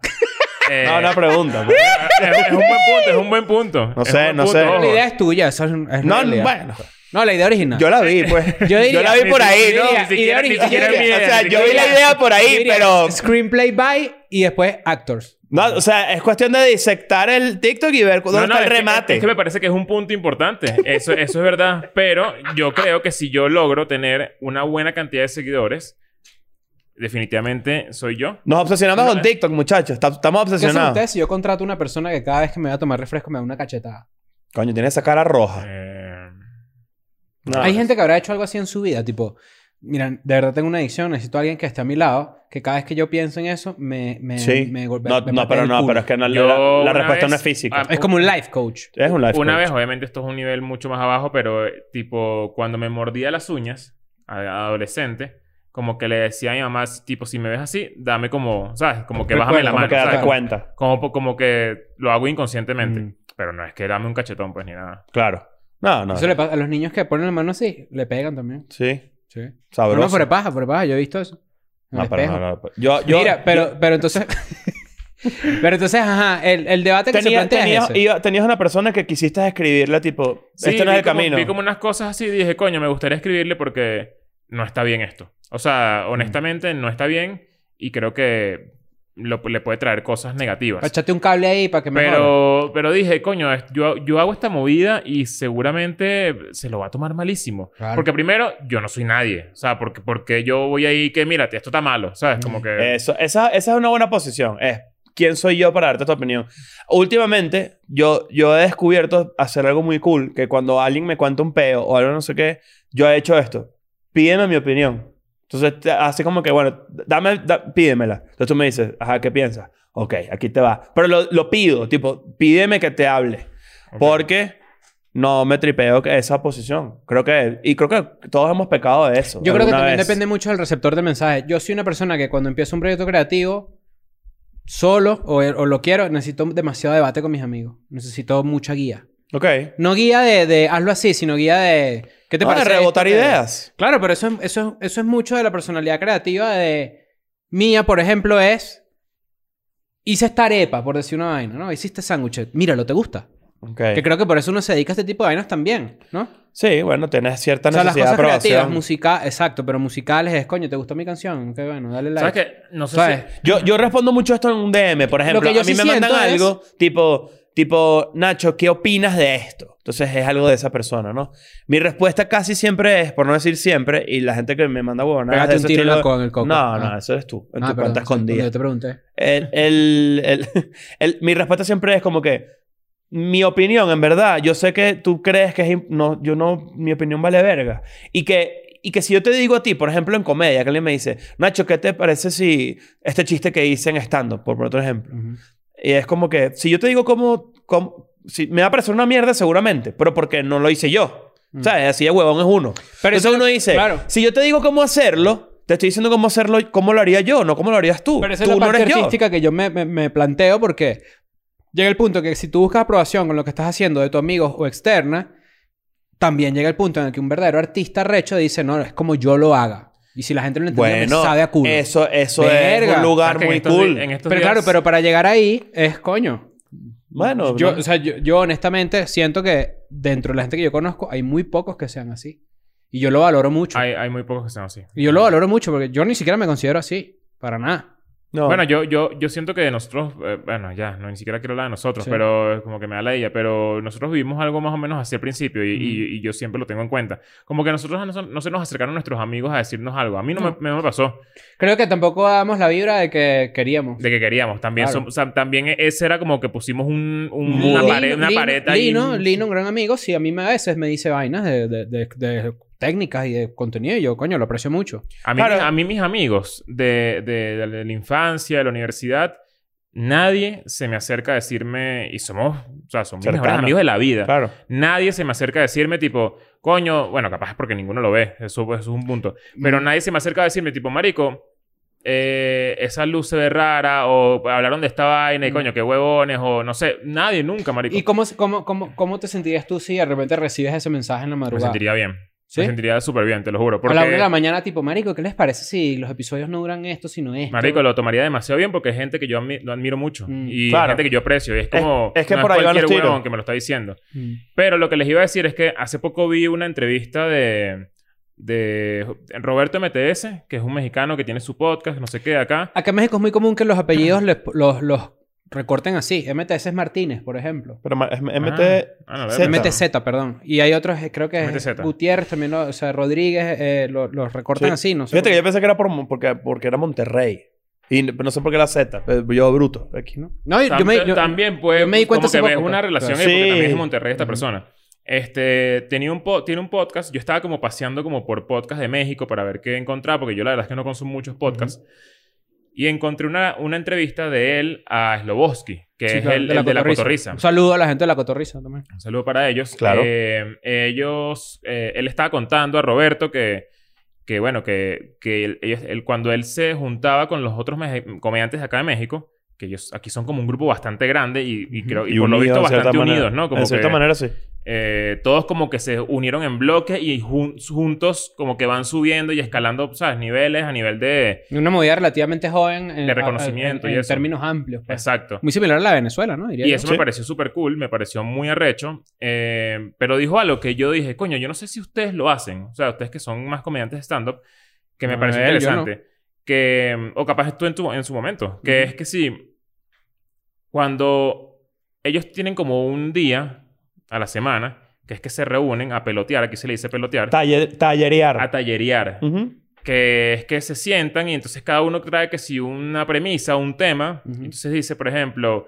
Eh, No, una pregunta. pues. es, es un buen punto, es un buen punto. No Es sé, un buen no punto, sé. ojo. La idea es tuya, eso es, es No, realidad. bueno. No, la idea original. Yo la vi, pues. Yo diría- la vi por ahí, Yo ¿no? diría- Ni siquiera, idea ni ori- siquiera idea mi idea, O sea, ni yo vi siquiera- la idea por Yo ahí, diría, pero... Screenplay by y después actors. No, o sea, es cuestión de disectar el TikTok y ver pues, dónde No, no, está es el que- remate. es que me parece que es un punto importante. Eso, eso es verdad. Pero yo creo que si yo logro tener una buena cantidad de seguidores, definitivamente soy yo. Nos obsesionamos eh. con TikTok, muchachos. Está- Estamos ¿Qué hacen obsesionados. ustedes si yo contrato una persona que cada vez que me va a tomar refresco me da una cachetada? Coño, tiene esa cara roja. Eh, No. Hay gente que habrá hecho algo así en su vida, tipo, Mira, de verdad tengo una adicción, necesito a alguien que esté a mi lado, que cada vez que yo pienso en eso, me, me, sí. me golpe- no, me no, patea pero el no, culo. pero es que no- Yo la, la una respuesta no vez- es física. ah, Es como un life coach. es un life Una coach. vez, obviamente, esto es un nivel mucho más abajo, pero eh, tipo, cuando me mordía las uñas, a- adolescente, como que le decía a mi mamá, tipo, si me ves así, dame como, ¿sabes? Como que bájame la Como mano. que ¿sabes? darte Como- cuenta. Como, po- como que lo hago inconscientemente. Mm. Pero no es que dame un cachetón, pues, ni nada. Claro. No, no. Eso le pasa a los niños que ponen la mano así, le pegan también. Sí. Sí. No, Sabroso. no, fuera paja, fuera paja, yo he visto eso. En el No, pero espejo. no, no. Yo, yo, Mira, pero, pero entonces. pero entonces, ajá, el, el debate que se Tenía- plantea tenías, es ese. iba- tenías una persona que quisiste escribirle, tipo, Sí, este no vi es el como- camino. Vi como unas cosas así y dije, coño, me gustaría escribirle porque no está bien esto. O sea, Mm. honestamente, no está bien y creo que lo- le puede traer cosas negativas. Échate un cable ahí para que me Pero, pero dije, coño, es- yo, yo hago esta movida y seguramente se lo va a tomar malísimo. Claro. Porque primero, yo no soy nadie. O sea, porque, porque yo voy ahí que, mírate, esto está malo. ¿Sabes? Como Eh, que... Eso, esa, esa es una buena posición. Es, ¿quién soy yo para darte esta opinión? Últimamente, yo, yo he descubierto hacer algo muy cool, que cuando alguien me cuenta un peo o algo no sé qué, yo he hecho esto. Pídeme mi opinión. Entonces, te- así como que, bueno, dame, da- pídemela. Entonces tú me dices, ajá, ¿qué piensas? Ok, aquí te va. Pero lo, lo pido, tipo, pídeme que te hable. Ok. Porque no me tripeo que- esa posición. Creo que, y creo que todos hemos pecado de eso. Yo creo que alguna también vez. depende mucho del receptor del mensaje. Yo soy una persona que cuando empiezo un proyecto creativo, solo o, o lo quiero, necesito demasiado debate con mis amigos. Necesito mucha guía. Ok. No guía de, de hazlo así, sino guía de. ¿Qué te No, de parece? rebotar esto que- ideas. Claro, pero eso, es- eso, es- eso es mucho de la personalidad creativa de... Mía, por ejemplo, es... Hice esta arepa, por decir una vaina, ¿no? Hiciste sándwiches. Míralo, ¿te gusta? Ok. Que creo que por eso uno se dedica a este tipo de vainas también, ¿no? Sí, bueno, tienes cierta o sea, las necesidad cosas de creativas, aprobación. musicales... Exacto, pero musicales es, coño, ¿te gustó mi canción? Qué bueno, dale like. ¿Sabes qué? No sé ¿Sabes? si- Yo, yo respondo mucho esto en un DM, por ejemplo. que yo a mí sí me mandan siento es- algo tipo, tipo, Nacho, ¿qué opinas de esto? Entonces es algo de esa persona, ¿no? Mi respuesta casi siempre es, por no decir siempre, y la gente que me manda huevonadas Pégate de un ese tiro en la estilo- co- en el coco. No, Ah. no, eso eres tú, en Ah, tu perdón, cuenta sí, cuando escondida. Yo te pregunté. El, el- el- el- mi respuesta siempre es como que mi opinión, en verdad, yo sé que tú crees que es... im- No, yo no, mi opinión vale verga. Y que, y que si yo te digo a ti, por ejemplo, en comedia, que alguien me dice, Nacho, ¿qué te parece si este chiste que hice en stand-up, por otro ejemplo? Y es como que, si yo te digo cómo, cómo- si me va a parecer una mierda seguramente, pero porque no lo hice yo. Mm. ¿Sabes? Así de huevón es uno. Pero Pero eso Entonces no- uno dice, claro. si yo te digo cómo hacerlo, te estoy diciendo cómo hacerlo, cómo lo haría yo, no cómo lo harías tú. Pero esa es tú la parte no eres yo. artística que yo me, me- me planteo porque llega el punto que si tú buscas aprobación con lo que estás haciendo de tu amigo o externa, también llega el punto en el que un verdadero artista recho dice, no, es como yo lo haga. Y si la gente no lo entiende, me Bueno, sabe a culo. eso, eso es Verga. un ¿sabes lugar que en muy estos cool. di- en estos Pero días- claro, pero para llegar ahí es coño. Bueno, yo, ¿no? o sea, yo, yo honestamente siento que dentro de la gente que yo conozco hay muy pocos que sean así. Y yo lo valoro mucho. Hay, hay muy pocos que sean así. Y yo lo valoro mucho porque yo ni siquiera me considero así. Para nada. No. Bueno, yo, yo, yo siento que de nosotros, eh, bueno, ya, no, ni siquiera quiero hablar de nosotros, Sí. pero es como que me da la idea, pero nosotros vivimos algo más o menos así al principio y, Mm. y- y yo siempre lo tengo en cuenta. Como que nosotros no, son- no se nos acercaron nuestros amigos a decirnos algo. A mí no, No. Me, me pasó Creo que tampoco damos la vibra de que queríamos. de que queríamos. También, Claro. som- o sea, también e-, ese era como que pusimos un, un- una Muro. Lino, pared, una pared ahí. Lino, Lino, un gran amigo, sí, a mí me- a veces me dice vainas de, de- de- de técnicas y de contenido. Y yo, coño, lo aprecio mucho. A mí, Claro. a mí mis amigos de, de- de la- de la infancia, de la universidad, nadie se me acerca a decirme, y somos, o sea, somos mis mejores Cercano. amigos de la vida. claro. Nadie se me acerca a decirme, tipo, coño, bueno, capaz es porque ninguno lo ve, eso, eso es un punto. Pero Mm. nadie se me acerca a decirme, tipo, marico, eh, esa luz se ve rara, o hablaron de esta vaina, y Mm. coño, qué huevones, o no sé, nadie nunca, marico. ¿Y cómo, cómo, cómo, cómo te sentirías tú si de repente recibes ese mensaje en la me madrugada? sentiría bien. ¿Sí? Me sentiría súper bien, te lo juro. Porque, A la una de la mañana, tipo, marico, ¿qué les parece si los episodios no duran esto, sino esto? marico, lo tomaría demasiado bien porque es gente que yo admi- lo admiro mucho. Mm. Y Claro. gente que yo aprecio. Y es como... es que no por ahí van cualquier los tiros. huevón que me lo está diciendo. Mm. Pero lo que les iba a decir es que hace poco vi una entrevista de, de Roberto MTS, que es un mexicano que tiene su podcast, no sé qué, acá. Acá en México es muy común que los apellidos les- los, los recorten así. MTS es Martínez, por ejemplo. Pero ma- es- MT... Ah, ah, no, la Zeta. verdad. MTZ, perdón. Y hay otros, eh, creo que es MTZ. Gutiérrez también, lo- o sea, Rodríguez, eh, lo- los recortan Sí. así, no sé. Fíjate por que qué. yo pensé que era por, Mon- porque, porque era Monterrey. Y no, no sé por qué la Z. pero Yo bruto. Aquí, ¿no? No, yo Tam- me, yo- también pues, yo me di cuenta como hace que ves poco, una pues. Mm. relación Sí. ahí, porque también es de Monterrey esta Ujú. persona. Este, tenía un po- tiene un podcast. Yo estaba como paseando como por podcast de México para ver qué encontraba, porque yo la verdad es que no consumo muchos podcasts. Y encontré una, una entrevista de él a Sloboski, que Sí, es claro, el el de la cotorriza. Un saludo a la gente de la cotorriza también. Un saludo para ellos. Claro. Eh, ellos, eh, él estaba contando a Roberto que, que bueno, que, que él- ellos- él- cuando él se juntaba con los otros meje- comediantes de acá de México, que ellos aquí son como un grupo bastante grande y, y creo, y, por lo unidos, visto en cierta bastante manera. unidos, ¿no? Como en cierta que, manera, sí. eh, todos como que se unieron en bloques y jun- juntos como que van subiendo y escalando, ¿sabes? Niveles a nivel de... Y Una movida relativamente joven. En, De reconocimiento a- y En, en eso. términos amplios. pues. Exacto. Muy similar a la de Venezuela, ¿no? Diría Y yo. eso Sí. me pareció súper cool, me pareció muy arrecho. Eh, pero dijo algo que yo dije, coño, yo no sé si ustedes lo hacen. O sea, ustedes que son más comediantes de stand-up, que me No, pareció él, yo interesante. Que, mm, o capaz tú en, tu- en su momento. Que Ujú. es que sí, cuando ellos tienen como un día a la semana, que es que se reúnen a pelotear, aquí se le dice pelotear, Talle- tallerear. a tallerear Ujú. que es que se sientan y entonces cada uno trae que si una premisa, un tema, Ujú. entonces dice, por ejemplo,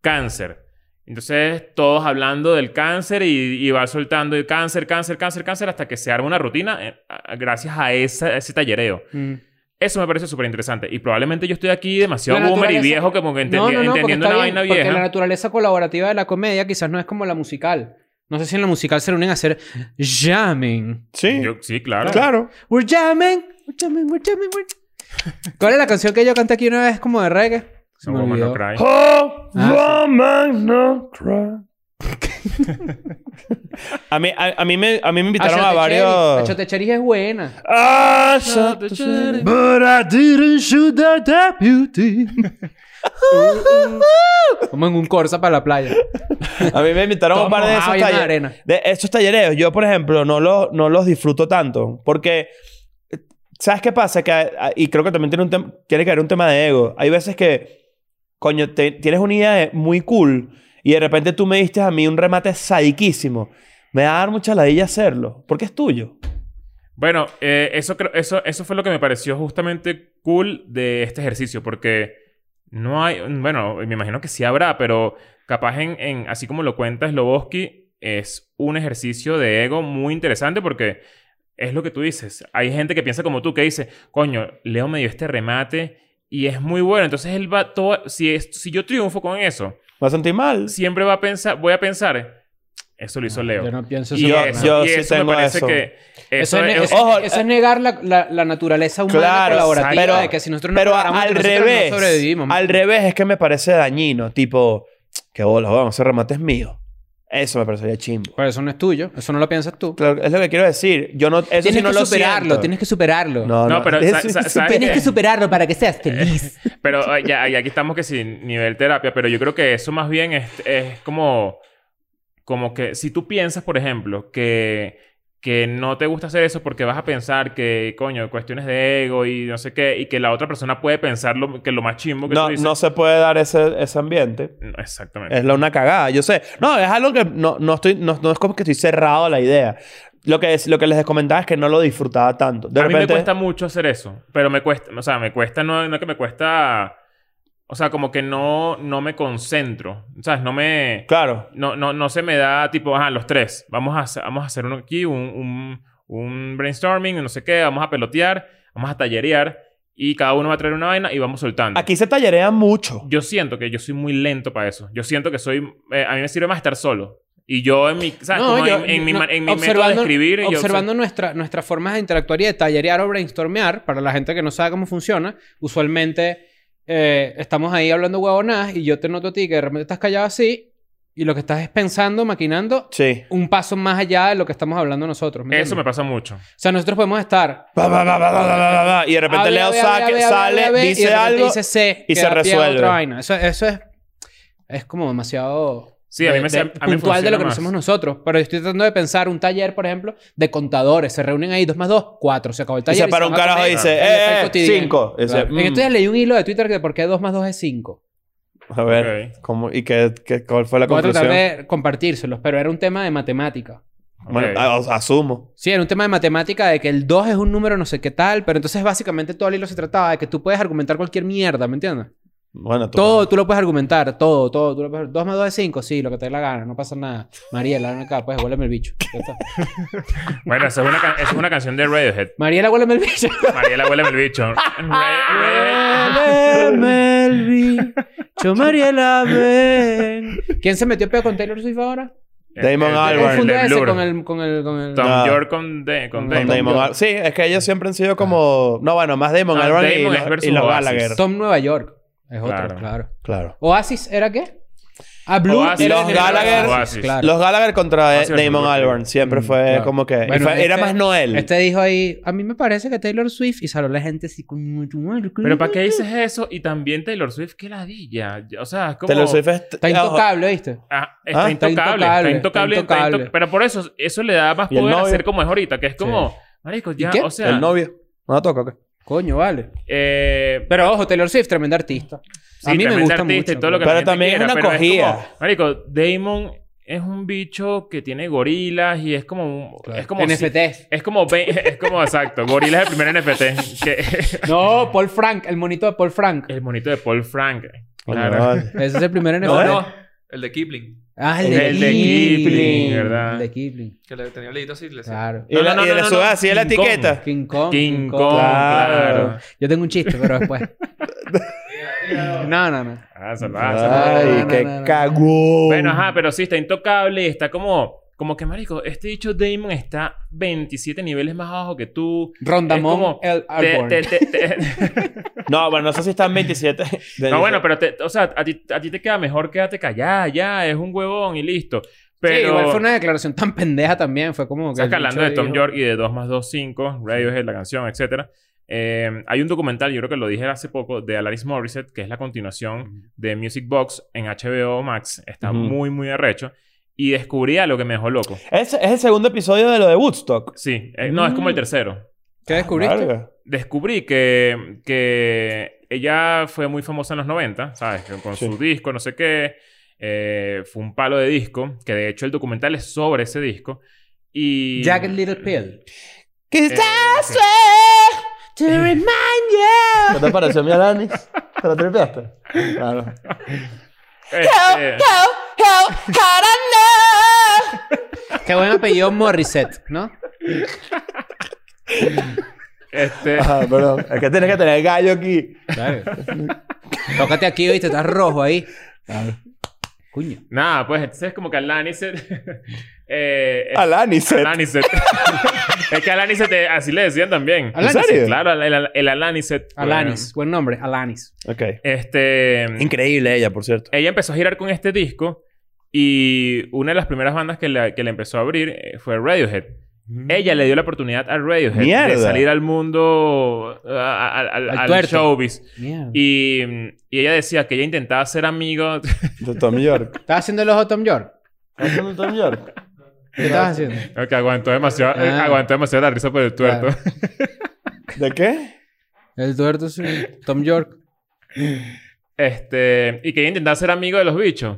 cáncer. Entonces todos hablando del cáncer y, y va soltando el cáncer, cáncer, cáncer, cáncer hasta que se arma una rutina eh, a- gracias a, esa- a ese tallereo. Mm. Eso me parece súper interesante y probablemente yo estoy aquí demasiado La boomer y naturaleza- viejo como que entendi- no, no, no, porque entendiendo está una bien, vaina Porque la vieja. naturaleza colaborativa de la comedia quizás no es como la musical. No sé si en la musical se reúnen a hacer jamming. Sí. Yo- sí, claro. Claro. We're jamming, we're jamming, we're jamming, we're jamming. ¿Cuál es la canción que yo canté aquí una vez como de reggae? Se No me woman, no olvidó. cry. Oh, Ah, woman, no cry. a, mí, a, a mí me, a mí Ah, me invitaron a Achote Cherry. varios. Achote Cherry es buena. Ah, shot the sheriff. But I didn't shoot at that beauty. Como en un Corsa para la playa. A mí me invitaron a un Todo par de mojado esos y en la talleres. arena. De esos tallereos, yo, por ejemplo, no los, no los disfruto tanto. Porque, eh, ¿sabes qué pasa? Que, a- a- y creo que también tiene, un tem- tiene que haber un tema de ego. Hay veces que, coño, te- tienes una idea de- muy cool y de repente tú me diste a mí un remate sadiquísimo. Me va a dar mucha ladilla hacerlo. Porque es tuyo. Bueno, eh, eso, creo- eso, eso fue lo que me pareció justamente cool de este ejercicio, porque no hay, bueno, me imagino que sí habrá, pero capaz en, en- así como lo cuenta Sloboski, es un ejercicio de ego muy interesante porque es lo que tú dices. Hay gente que piensa como tú, que dice, coño, Leo me dio este remate y es muy bueno, entonces él va todo, si, es, si yo triunfo con eso, Me va a sentir mal. siempre va a pensar, voy a pensar, eso lo hizo Leo. Yo no pienso y eso. Yo- eso, yo y sí eso tengo me parece eso. que... Eso, eso es, es- eso- ojo, eso es negar la, la- la naturaleza humana Claro, colaborativa pero- de que si nosotros no Pero colaboramos al entre nosotros, revés. no sobrevivimos. al revés es que me parece dañino. Tipo, qué bola, vamos, ese remate es mío. Eso me parecería chimbo. Pero eso no es tuyo, eso no lo piensas tú. Claro, es lo que quiero decir. Yo no, eso tienes sí no que lo superarlo, siento. tienes que superarlo. No, No, no, pero eso sa- es sa- súper- ¿sabes qué? superarlo para que seas feliz. Pero eh, ya, y aquí estamos que sin nivel terapia, pero yo creo que eso más bien es, es como, como que si tú piensas, por ejemplo, que, que no te gusta hacer eso porque vas a pensar que, coño, cuestiones de ego y no sé qué, y que la otra persona puede pensar lo, que lo más chimbo que no, tú dices. no Eh, se puede dar ese, ese ambiente. No, Exactamente. Es la una cagada, yo sé. No, es algo que no, no estoy, no, no es como que estoy cerrado a la idea. Lo que, es, lo que les comentaba es que no lo disfrutaba tanto. De a mí repente, me cuesta mucho hacer eso, pero me cuesta, o sea, me cuesta, no, no que me cuesta, o sea, como que no, no me concentro, ¿sabes? No me... Claro. no, no, no se me da tipo, ajá, los tres. Vamos a, hacer- vamos a hacer uno aquí, un, un, un brainstorming, no sé qué, vamos a pelotear, vamos a tallerear y cada uno va a traer una vaina y vamos soltando. Aquí se tallerea mucho. Yo siento que yo soy muy lento para eso. Yo siento que soy, eh, a mí me sirve más estar solo. Y yo en mi, ¿sabes? Como en, en mi, ma- en mi método de escribir. yo- observando nuestra, nuestras formas de interactuar y de tallerear o brainstormear, para la gente que no sabe cómo funciona, usualmente eh, estamos ahí hablando huevonadas y yo te noto a ti que de repente estás callado así y lo que estás es pensando, maquinando Sí. un paso más allá de lo que estamos hablando nosotros. ¿me eso me entiendes? pasa mucho. O sea, nosotros podemos estar Va, va, va, va, va, va, va, va. Y de repente Habla, Leo habla, saque- habla, habla, sale, habla, habla, y de dice repente algo. dice C, y que se da pie a resuelve. otra vaina. Eso, eso es, es como demasiado Sí, a mí de- me- de- a mí me puntual de funciona lo que más. hacemos nosotros. Pero yo estoy tratando de pensar un taller, por ejemplo, de contadores. Se reúnen ahí, dos más dos, cuatro. Se acabó el Y taller. se para un van a carajo y comer. dice, El eh, efecto eh, cotidiano. cinco. Y dice, Claro. En mm. estos días leí un hilo de Twitter que por qué dos más dos es cinco. A ver, Ok. ¿cómo, ¿y qué, qué- cuál fue la Voy a tratar conclusión? de compartírselos, pero era un tema de matemática. Bueno, Ok. ah, a- asumo. Sí, era un tema de matemática de que el 2 es un número no sé qué tal, pero entonces básicamente todo el hilo se trataba de que tú puedes argumentar cualquier mierda, ¿me entiendes? Bueno, tú. Todo, tú lo puedes argumentar, todo, todo. Tú lo puedes... ¿Dos más dos es cinco? Sí, lo que te dé la gana, no pasa nada. Mariela, ven acá, pues, huéleme el bicho. Ya está. Bueno, esa es una, ca- esa es una canción de Radiohead. Mariela, huéleme el bicho. Mariela, huéleme el bicho. Ra- Radiohead. Huéleme el bicho, Mariela, ven. ¿Quién se metió pedo con Taylor Swift ahora? Damon El- Albarn. el- ¿Quién fundió el ese Blur. con el... Con el, con el... Tom No. York con, Da- con Con Con Damon. Damon Damon Albarn. Al- Sí, es que ellos siempre han sido como. No, bueno, más Damon Ah, Albarn y, Damon los- es versus y los Oasis. Gallagher. Tom Nueva York. Es otro, Claro. claro. Claro. ¿Oasis era qué? Ah, Blue. Oasis. era Los el- Gallagher- Oasis. Claro. Los Gallagher contra eh, Oasis Ah, versus Damon Blur. Albarn siempre Mm, fue claro. como que. y Bueno, fue- era este- más Noel. Este dijo ahí, a mí me parece que Taylor Swift y salió la gente así con Pero ¿para qué dices eso? Y también Taylor Swift, qué ladilla. O sea, es como... Taylor Swift es- Está ojo, intocable, ¿viste? Ah, está, intocable, está Ah, intocable, intocable, está into- está intocable. Pero por eso, eso le da más ¿Y el poder a novio? ser como es ahorita, que es como, marico, ya, qué? o sea, El novio. No la toca, ¿o qué? Coño, vale. eh, Pero ojo, Taylor Swift, tremenda artista. sí, a mí me tremendo gusta artista mucho. y todo lo que pero- la gente Pero también es quiera, una pero acogida. como, marico, Damon es un bicho que tiene gorilas y es como, un- es como, si- NFTs. es como, ve- es como exacto, gorila es el primer NFT, que- No, Paul Frank, el monito de Paul Frank. el monito de Paul Frank, Coño, claro. vale. Ese es el primer NFT. No, ¿eh? no. El de Kipling. Ah, El de Kipling, ¿verdad? El de Kipling, Que le tenía el dedito así. Le hacía. claro. Y No, la- no, y no, le no, sube no. así la King Kong. etiqueta. King Kong. King Kong, Claro. claro. Yo tengo un chiste, pero después. no, no, no. Ah, se Ah, pasa. no, Ay, no, qué no, no. cagón. Bueno, Oh. ajá, pero sí, está intocable y está como... Como que, marico, este dicho Damon está 27 niveles más abajo que tú. Es Rondamón como- el Te- Alborn. te- te- te- No, bueno, no sé si están 27. no, bueno, pero te- o sea, a ti, a ti te queda mejor quédate callada, ya, es un huevón y listo. Pero Sí, igual fue una declaración tan pendeja también. Fue como que. estás el hablando bicho de Tom dijo- York y de 2 más 2, 5, Radiohead, la canción, etc. hay un documental, yo creo que lo dije hace poco, de Alaris Morissette, que es la continuación de Music Box en HBO Max. Está Ujú. muy, muy arrecho. Y descubrí algo que me dejó loco. Es, es el segundo episodio de lo de Woodstock. Sí, eh, no, es como Mm. el tercero. ¿Qué descubriste? Verga. descubrí que, que ella fue muy famosa en los 90, ¿sabes? Que Con Sí. su disco, no sé qué. eh, fue un palo de disco, que de hecho el documental es sobre ese disco. Y. Jagged Little Pill. Eh, Quizás sí. To remind you. ¿Qué te pareció mi Alanis? ¿Te lo tripeaste? Ah, Claro. Este, Qué buen apellido Morissette, ¿no? este, Ajá, perdón. Es que tienes que tener gallo aquí. Tócate aquí, oíste, estás rojo ahí. Cuño. nada, pues entonces es como que Alanis. eh, es- Alanis. Alanicet. es que Alanicet, eh, así le decían también. Alanicet. ¿En serio? Claro, el, el, el Alanicet. Alanis. Buen nombre, Alanis. Ok. Este. Increíble ella, por cierto. ella empezó a girar con este disco y una de las primeras bandas que la- que le, empezó a abrir eh, fue Radiohead. Ella le dio la oportunidad a Radiohead de Mm. Mierda. salir al mundo, a- a- a- al, tuerte. showbiz. Mierda. Y, y ella decía que ella intentaba ser amigo. De Tom York. ¿Estabas haciendo el ojo de Tom York? ¿Estás haciendo Tom York? ¿Qué estabas haciendo? Ok, aguantó demasiado, eh, Ah. aguantó demasiado la risa por el tuerto. ¿De qué? El tuerto es Tom York. Este, y que ella intentaba ser amigo de los bichos.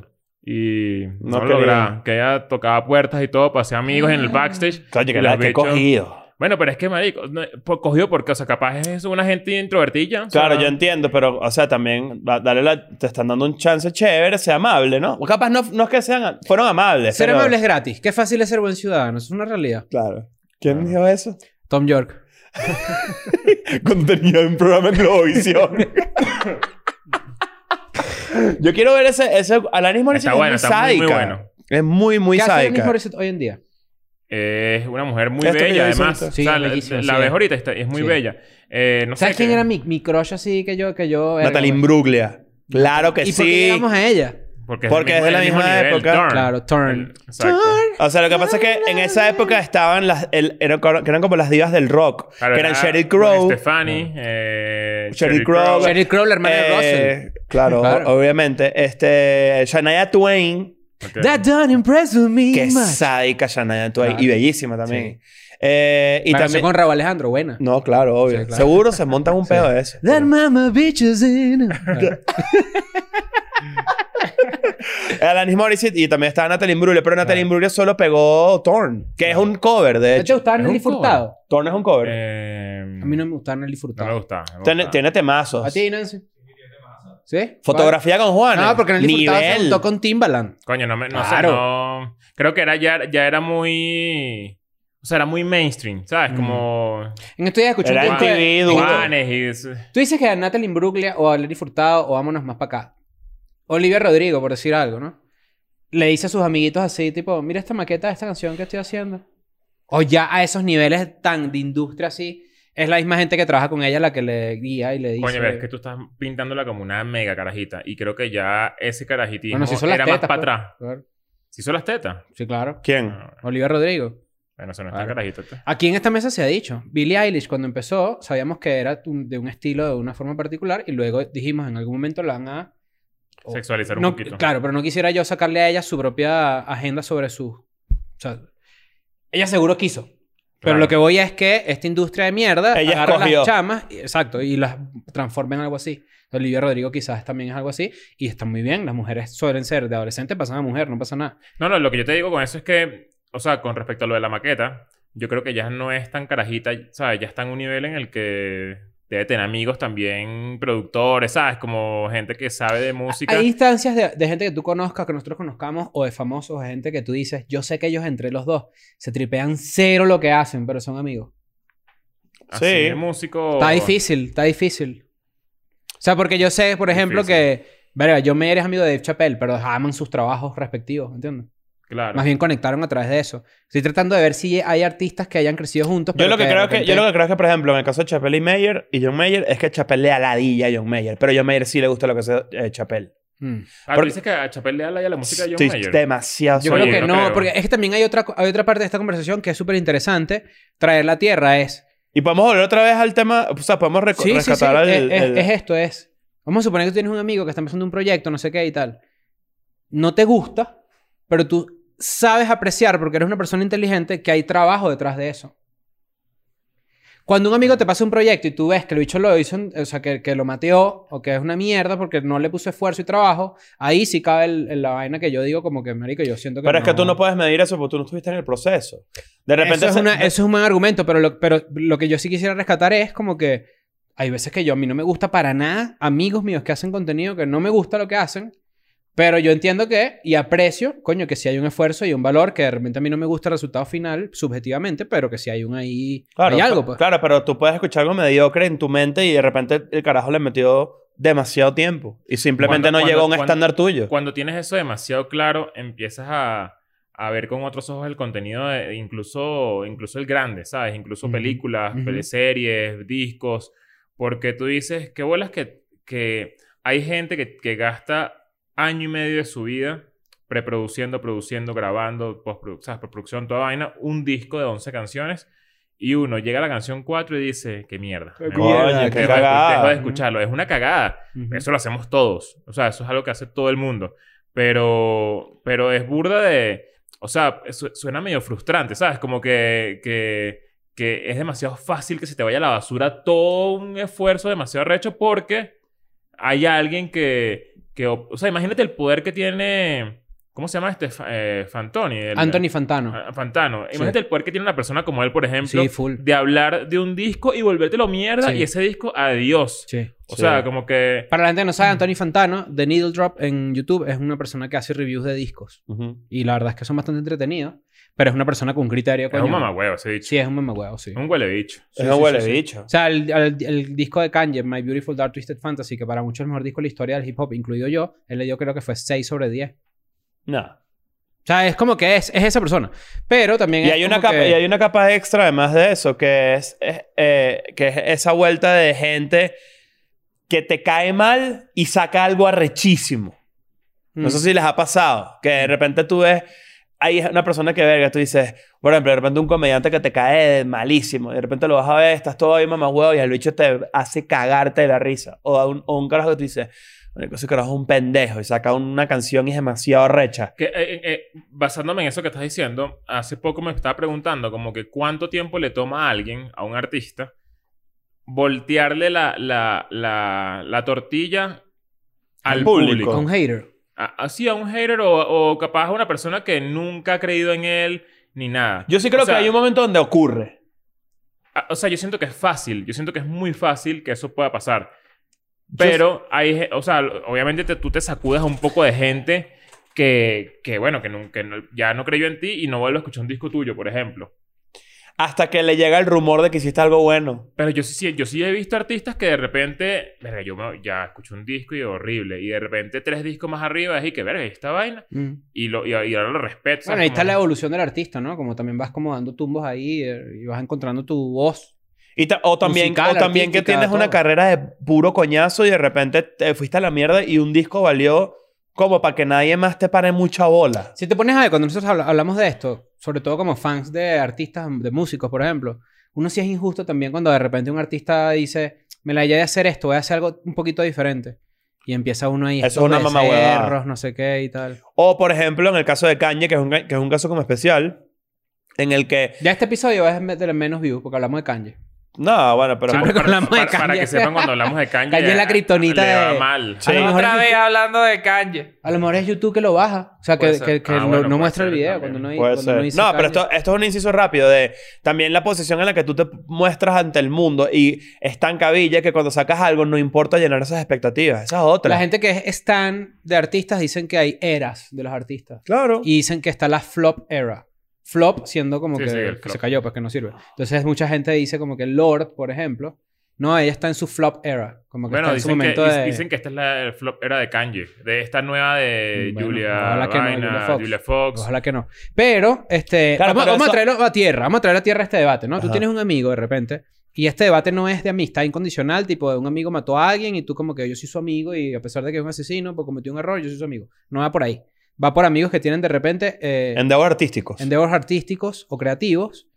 Y no, lo No quería. Ah. lograba. Que ella tocaba puertas y todo, pasé amigos en el backstage. Coño, Y que los la que he bichos- cogido. Bueno, pero es que, marico, no, por- cogido porque, o sea, capaz es una gente introvertida. o sea, Claro, yo entiendo, pero, o sea, también, da- dale la, te están dando un chance chévere, sea amable, ¿no? O capaz no, no es que sean, fueron amables. Ser pero- amable es gratis. Qué fácil es ser buen ciudadano. Es una realidad. Claro. ¿Quién Claro. dijo eso? Tom York. contenido en programa en Globovisión. Yo quiero ver ese, ese Alanis Morissette Está es bueno, está muy, muy muy sádica. bueno. Es muy, muy ¿Qué hace Alanis sádica. Morissette hoy en día? Es una mujer muy Esto que bella, yo hice además. ahorita. Sí, o sea, es la, bellísima, la sí. ves ahorita, está- es muy Sí. bella. Eh, no ¿Sabes sé quién qué- era mi, mi crush así que yo? Que yo era, Natalie güey? Imbruglia. Claro que ¿Y por sí. qué llegamos a ella? Porque, Porque del es de la del misma nivel, época. Turn. Claro, Turn. Exacto. O sea, lo que pasa es que en esa época estaban las... el- eran, que eran como las divas del rock. Claro, que eran era Sheryl Crow. Gwen Stefani. eh, Sheryl Sheryl Crow. Crow. Sheryl Crow, la hermana de Russell. eh, claro, Claro. obviamente. Este, Shania Twain. Ok. That don't impress with me Que much. sádica Shania Twain. Claro. Y bellísima también. Eh, y La canción también... con Raúl Alejandro, buena. No, claro, obvio. Sí, claro. Seguro se montan un pedo de eso. That mama bitch is in. Eh, Alanis Morissette y también estaba Natalie Imbruglia, pero Ah. Natalie Imbruglia solo pegó Torn, que es un cover, de ¿No te hecho. Mm. gustaba es Nelly un cover. Furtado? Torn es un cover. Eh, A mí no me gustaba Nelly no me Furtado. ah. gustaba. no me tiene, gustaba. tiene temazos. ¿A ti, Nancy? ¿Sí? Fotografía con Juan. No, Ah, porque en el disfrutaba se nivel. juntó con Timbaland. Coño, no, me, no Claro. sé, no... Creo que era ya, ya era muy... O sea, era muy mainstream, Mm. ¿sabes? Como... En estos días escuché Era un disco de- MTV, duro. Juanes y... eso. Tú dices que a Natalie Imbruglia o a Larry Furtado o vámonos más para acá. Olivia Rodrigo, por decir algo, ¿no? Le dice a sus amiguitos así, tipo, mira esta maqueta de esta canción que estoy haciendo. O ya a esos niveles tan de industria así, es la misma gente que trabaja con ella la que le guía y le dice. Coño, pero es que tú estás pintándola como una mega carajita. Y creo que ya ese carajitismo Bueno, se hizo las era más tetas, para pues. atrás. Claro. ¿Se hizo las tetas? Sí, claro. ¿Quién? No, Olivia Rodrigo. Bueno, eso no es Claro. tan carajito. esto. Aquí en esta mesa se ha dicho, Billie Eilish cuando empezó, sabíamos que era un- de un estilo, de una forma particular, y luego dijimos, en algún momento la van a... o- Sexualizar un Oh, no- poquito. Claro, pero no quisiera yo sacarle a ella su propia agenda sobre su... O sea, ella seguro quiso. Pero Claro. lo que voy es que esta industria de mierda Ella agarra escogió. las chamas, y- exacto, y las transforma en algo así. Olivia Rodrigo quizás también es algo así, y está muy bien. Las mujeres suelen ser de adolescente, pasan a mujer, no pasa nada. No, no, lo que yo te digo con eso es que, o sea, con respecto a lo de la maqueta, yo creo que ya no es tan carajita, ¿sabes? Ya está en un nivel en el que debe tener amigos también, productores, ¿sabes? Como gente que sabe de música. Hay instancias de, de gente que tú conozcas, que nosotros conozcamos, o de famosos, de gente que tú dices, yo sé que ellos entre los dos se tripean cero lo que hacen, pero son amigos. Así Sí. de músico. Oh. Está difícil, está difícil. O sea, porque yo sé, por ejemplo, que... Verga, yo me eres amigo de Dave Chappelle, pero aman sus trabajos respectivos, ¿entiendes? Claro. Más bien conectaron a través de eso. Estoy tratando de ver si hay artistas que hayan crecido juntos. Yo pero lo, que de creo que, yo repente- lo que creo que, por ejemplo, en el caso de Chappelle y Mayer y John Mayer, es que Chappelle le aladilla a John Mayer. Pero a John Mayer sí le gusta lo que hace eh, Chappelle. Mm. Ah, ¿tú porque- dices que a Chapelle le habla ya la música de John Estoy Mayer. demasiado Yo Oye, creo que no no, creo. porque es que también hay otra, co- hay otra parte de esta conversación que es súper interesante. Traer la tierra es... Y podemos volver otra vez al tema. O sea, podemos reco- Sí, sí, sí. rescatar es, al- es- el- es esto, es... Vamos a suponer que tú tienes un amigo que está empezando un proyecto, no sé qué y tal. No te gusta, pero tú sabes apreciar, porque eres una persona inteligente, que hay trabajo detrás de eso. Cuando un amigo te pasa un proyecto y tú ves que el bicho lo hizo, en- o sea, que, que lo mateó, o que es una mierda porque no le puso esfuerzo y trabajo, ahí sí cabe el- el- la vaina que yo digo como que, marico, yo siento que Pero es que tú no puedes medir eso porque tú no estuviste en el proceso. De repente. eso, es se- una- eso es un buen argumento, pero lo, pero lo que yo sí quisiera rescatar es como que hay veces que yo a mí no me gusta para nada amigos míos que hacen contenido que no me gusta lo que hacen, pero yo entiendo que y aprecio, coño, que si hay un esfuerzo y un valor que de repente a mí no me gusta el resultado final subjetivamente, pero que si hay un ahí Claro, hay algo pe- pues. claro, pero tú puedes escuchar algo mediocre en tu mente y de repente el carajo le metió demasiado tiempo y simplemente ¿Cuándo- no llegó a un cuándo- cuándo- estándar tuyo. Cuando tienes eso demasiado claro, empiezas a, a ver con otros ojos el contenido, de- incluso, incluso el grande, ¿sabes? Incluso Ujú. películas, Ujú. pele- series, discos, porque tú dices, qué bolas que, que hay gente que, que gasta año y medio de su vida preproduciendo, produciendo, grabando, postproduc- ¿sabes? postproducción, toda vaina, un disco de 11 canciones. Y uno llega a la canción 4 y dice, qué mierda. Qué me Coño, voy, dejo qué de- cagada. dejo de escucharlo. Es una cagada. Ujú. Eso lo hacemos todos. O sea, eso es algo que hace todo el mundo. Pero, pero es burda de... O sea, su- suena medio frustrante, ¿sabes? Como que, que, que es demasiado fácil que se te vaya a la basura todo un esfuerzo demasiado recho porque hay alguien que... que o o sea, imagínate el poder que tiene... ¿Cómo se llama este? Fa- eh, Fantoni. el- Anthony Fantano. Ah, Fantano. Imagínate el poder que tiene una persona como él, por ejemplo, mm. Sí, full. de hablar de un disco y volvértelo mierda Sí. y ese disco, adiós. Sí. O Sí. sea, como que... Para la gente que no sabe, Anthony Fantano, The Needle Drop en YouTube, es una persona que hace reviews de discos. Ujú. Y la verdad es que son bastante entretenidos, pero es una persona con criterio. Es coño. un mamahuevo ese bicho. Sí, es un mamahuevo, sí. Un huele bicho. Sí, Eso sí, huele sí, sí. bicho. O sea, el, el- el disco de Kanye, My Beautiful Dark Twisted Fantasy, que para muchos es el mejor disco de la historia del hip hop, incluido yo, él le dio creo que fue 6 sobre 10. O No. sea, es como que es, es esa persona. Pero también Y es hay, una como capa, que- y hay una capa extra además de eso, que es, es, eh, que es esa vuelta de gente que te cae mal y saca algo arrechísimo. Mm. No sé si les ha pasado, que Mm. de repente tú ves, hay una persona que verga, tú dices, por ejemplo, de repente un comediante que te cae malísimo, y de repente lo vas a ver, estás todo ahí mamá huevo y el bicho te hace cagarte de la risa. O, a un, o un carajo que tú dices, "Marico, ese carajo es un pendejo y saca una canción y es demasiado recha. Que, eh, eh, eh, basándome en eso que estás diciendo, hace poco me estaba preguntando como que cuánto tiempo le toma a alguien, a un artista, voltearle la, la, la, la tortilla al Al público. público. A un hater. A- Así a un hater o, o capaz a una persona que nunca ha creído en él ni nada. Yo sí creo O sea, que hay un momento donde ocurre. Ah, a- O sea, yo siento que es fácil. Yo siento que es muy fácil que eso pueda pasar. Pero hay, ge- o sea, obviamente te- tú te sacudas a un poco de gente que, que bueno, que, nun- que no- ya no creyó en ti y no vuelve a escuchar un disco tuyo, por ejemplo. Hasta que le llega el rumor de que hiciste algo bueno. Pero yo sí- sí, yo sí he visto artistas que de repente, verga, yo me- ya escuché un disco y horrible. Y de repente tres discos más arriba es y que, verga, ¿y esta vaina. Mm. Y, lo, y, y ahora lo respeto. ¿sabes? Bueno, ahí está Como- la evolución del artista, ¿no? Como también vas como dando tumbos ahí eh, y vas encontrando tu voz. Y ta- o también, Musical, o también que artística, tienes una todo. carrera de puro coñazo y de repente te fuiste a la mierda y un disco valió como para que nadie más te pare mucha bola. Si te pones a ver, cuando nosotros habla- hablamos de esto, sobre todo como fans de artistas, de músicos, por ejemplo, uno sí es injusto también cuando de repente un artista dice, me la idea de hacer esto, voy a hacer algo un poquito diferente. Y empieza uno ahí. Eso es estos una mamahuevada. becerros, no sé qué y tal. O, por ejemplo, en el caso de Kanye, que es un, ca- que es un caso como especial, en el que... Ya este episodio vas a meter menos views porque hablamos de Kanye. No, bueno, pero... Siempre para, hablamos de para- para Kanye. que sepan cuando hablamos de Kanye. Kanye es la eh, kriptonita Le va de- mal. Sí. A lo mejor Otra es vez hablando de Kanye. A lo mejor es YouTube que lo baja. O sea, que, Puede ser. que- que Ah, lo- bueno, no puede muestra el ser video también. cuando no, hay- Puede cuando ser. no dice No, pero Kanye. esto, esto es un inciso rápido de también la posición en la que tú te muestras ante el mundo y es tan cabilla que cuando sacas algo no importa llenar esas expectativas. Esa es otra. La gente que es stan de artistas dicen que hay eras de los artistas. Claro. Y dicen que está la flop era. Flop siendo como Sí, que, sí, el que flop. se cayó, pues que no sirve. Entonces mucha gente dice como que Lord, por ejemplo, no, ella está en su flop era. Como que Bueno, está en su dicen que, momento dic- de... dicen que esta es la el flop era de Kanye. De esta nueva de Bueno, Julia, ojalá que no, Vaina, Julia Julia Fox. Fox. Ojalá que no. Pero, este... Claro, vamos, pero vamos eso- a traerlo a tierra. Vamos a traer a tierra este debate, ¿no? Tú Ajá. tienes un amigo de repente y este debate no es de amistad incondicional, tipo de un amigo mató a alguien y tú como que yo soy su amigo y a pesar de que es un asesino, pues cometió un error, yo soy su amigo. No va por ahí. Va por amigos que tienen de repente... eh, Endeavor Pues artísticos. endeavors artísticos o creativos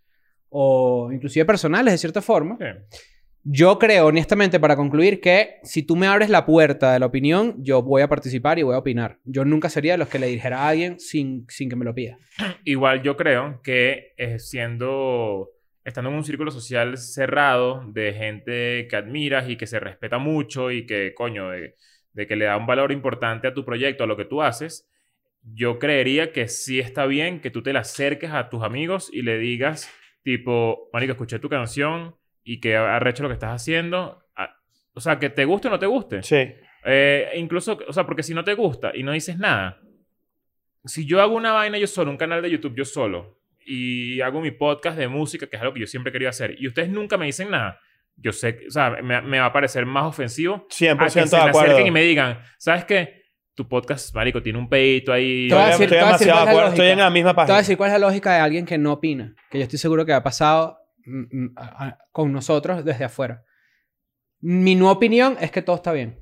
o inclusive personales de cierta forma. Sí. Yo creo, honestamente, para concluir, que si tú me abres la puerta de la opinión, yo voy a participar y voy a opinar. Yo nunca sería de los que le dijera a alguien sin, sin que me lo pida. Igual yo creo que eh, siendo... Estando en un círculo social cerrado de gente que admiras y que se respeta mucho y que, coño, de, de que le da un valor importante a tu proyecto, a lo que tú haces, yo creería que sí está bien que tú te le acerques a tus amigos y le digas, tipo, marico, escuché tu canción y que arrecho lo que estás haciendo. Ah, O sea, que te guste o no te guste. Sí. Eh, incluso, o sea, porque si no te gusta y no dices nada, si yo hago una vaina yo solo, un canal de YouTube yo solo, y hago mi podcast de música, que es algo que yo siempre quería hacer, y ustedes nunca me dicen nada, yo sé, que- o sea, me, me va a parecer más ofensivo a Ah, 100% que se me de acuerdo. acerquen y me digan, ¿sabes qué? Tu podcast, marico, tiene un pedito ahí. Te voy a Estoy- estoy decir- te voy a decir demasiado cuál es la de acuerdo. Estoy lógica. en la misma Te voy a página. decir cuál es la lógica de alguien que no opina, que yo estoy seguro que ha pasado mm, mm, a- a- con nosotros desde afuera. Mi no opinión es que todo está bien.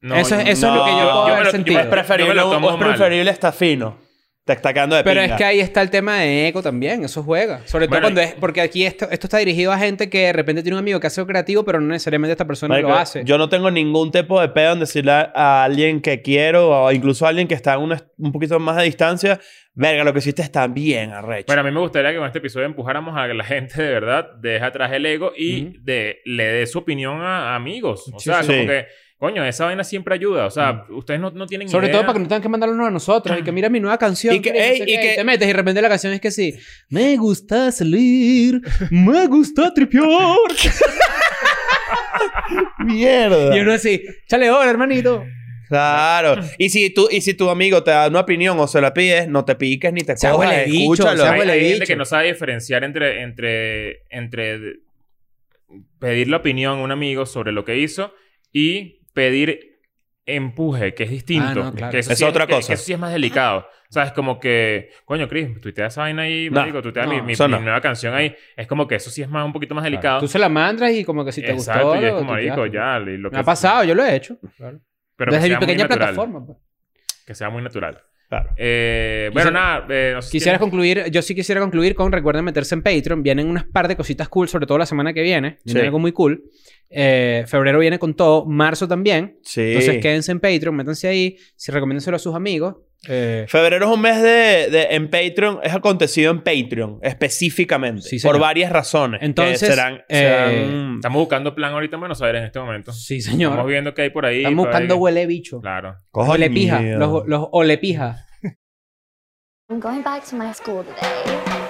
No, eso es- yo- eso es lo que yo puedo me haber lo- sentido. me- Es yo preferible, me lo tomo es preferible estar fino. Te está quedando de Pero pinga. es que ahí está el tema de eco también, eso juega. Sobre todo Bueno, cuando y- es. Porque aquí esto, esto está dirigido a gente que de repente tiene un amigo que hace algo creativo, pero no necesariamente esta persona Marico, lo hace. Yo no tengo ningún tipo de pedo en decirle a, a alguien que quiero o incluso a alguien que está en una- un poquito más de distancia, verga, lo que hiciste está bien arrecho. Bueno, a mí me gustaría que con este episodio empujáramos a la gente de verdad, deja atrás el ego y Ujú. de, le dé su opinión a, a amigos. O Sí, sea, sí. como Sí. que, coño, esa vaina siempre ayuda. O sea, ustedes no, no tienen Sobre idea. todo para que no tengan que mandarlo a nosotros. Y que mira mi nueva canción. Y que- Chris, no ey, sé y qué, que- te metes y de repente la canción es que sí. Me gusta salir, me gusta tripear. Mierda. y uno así, chale, hola, hermanito. Claro. Y si, tú, y si tu amigo te da una opinión o se la pides, no te piques ni te Se cojas. huele bicho, Escúchalo. se hay, huele hay gente bicho. que no sabe diferenciar entre, entre, entre de- pedir la opinión a un amigo sobre lo que hizo y pedir empuje, que es distinto. Ah, no, claro. que eso Es sí otra que- cosa. que eso sí es más delicado. O sea, es como que, coño, Chris, tuiteas esa vaina ahí, No, marico, tuiteas no, mi, mi- eso no. mi nueva canción ahí. Es como que eso sí es más un poquito más delicado. Tú se la mandas y como que si te Exacto, gustó. y es lo como, marico, ya. tuiteaste. y lo Me que- ha pasado, yo lo he hecho. Pero que Desde mi sea muy pequeña natural, plataforma. pues. Que sea muy natural. Claro. Eh, bueno, Quisiera- nada. eh, no sé si Quisiera tienes- concluir, yo sí quisiera concluir con recuerden meterse en Patreon. Vienen unas par de cositas cool, sobre todo la semana que viene. Viene Sí. algo muy cool. Eh, febrero viene con todo, marzo también. Sí. Entonces quédense en Patreon, métanse ahí, si recomiéndenselo a sus amigos. Eh, Febrero es un mes de, de- en Patreon, es acontecido en Patreon específicamente, Sí, señor. por varias razones. que Entonces, serán, eh, serán- Estamos buscando plan ahorita en Buenos Aires en este momento. sí, Estamos señor. viendo que hay por ahí. por Estamos ahí buscando que- huele bicho. Claro. Huele pija, Coño. los, los ole pija. I'm going back to my school today.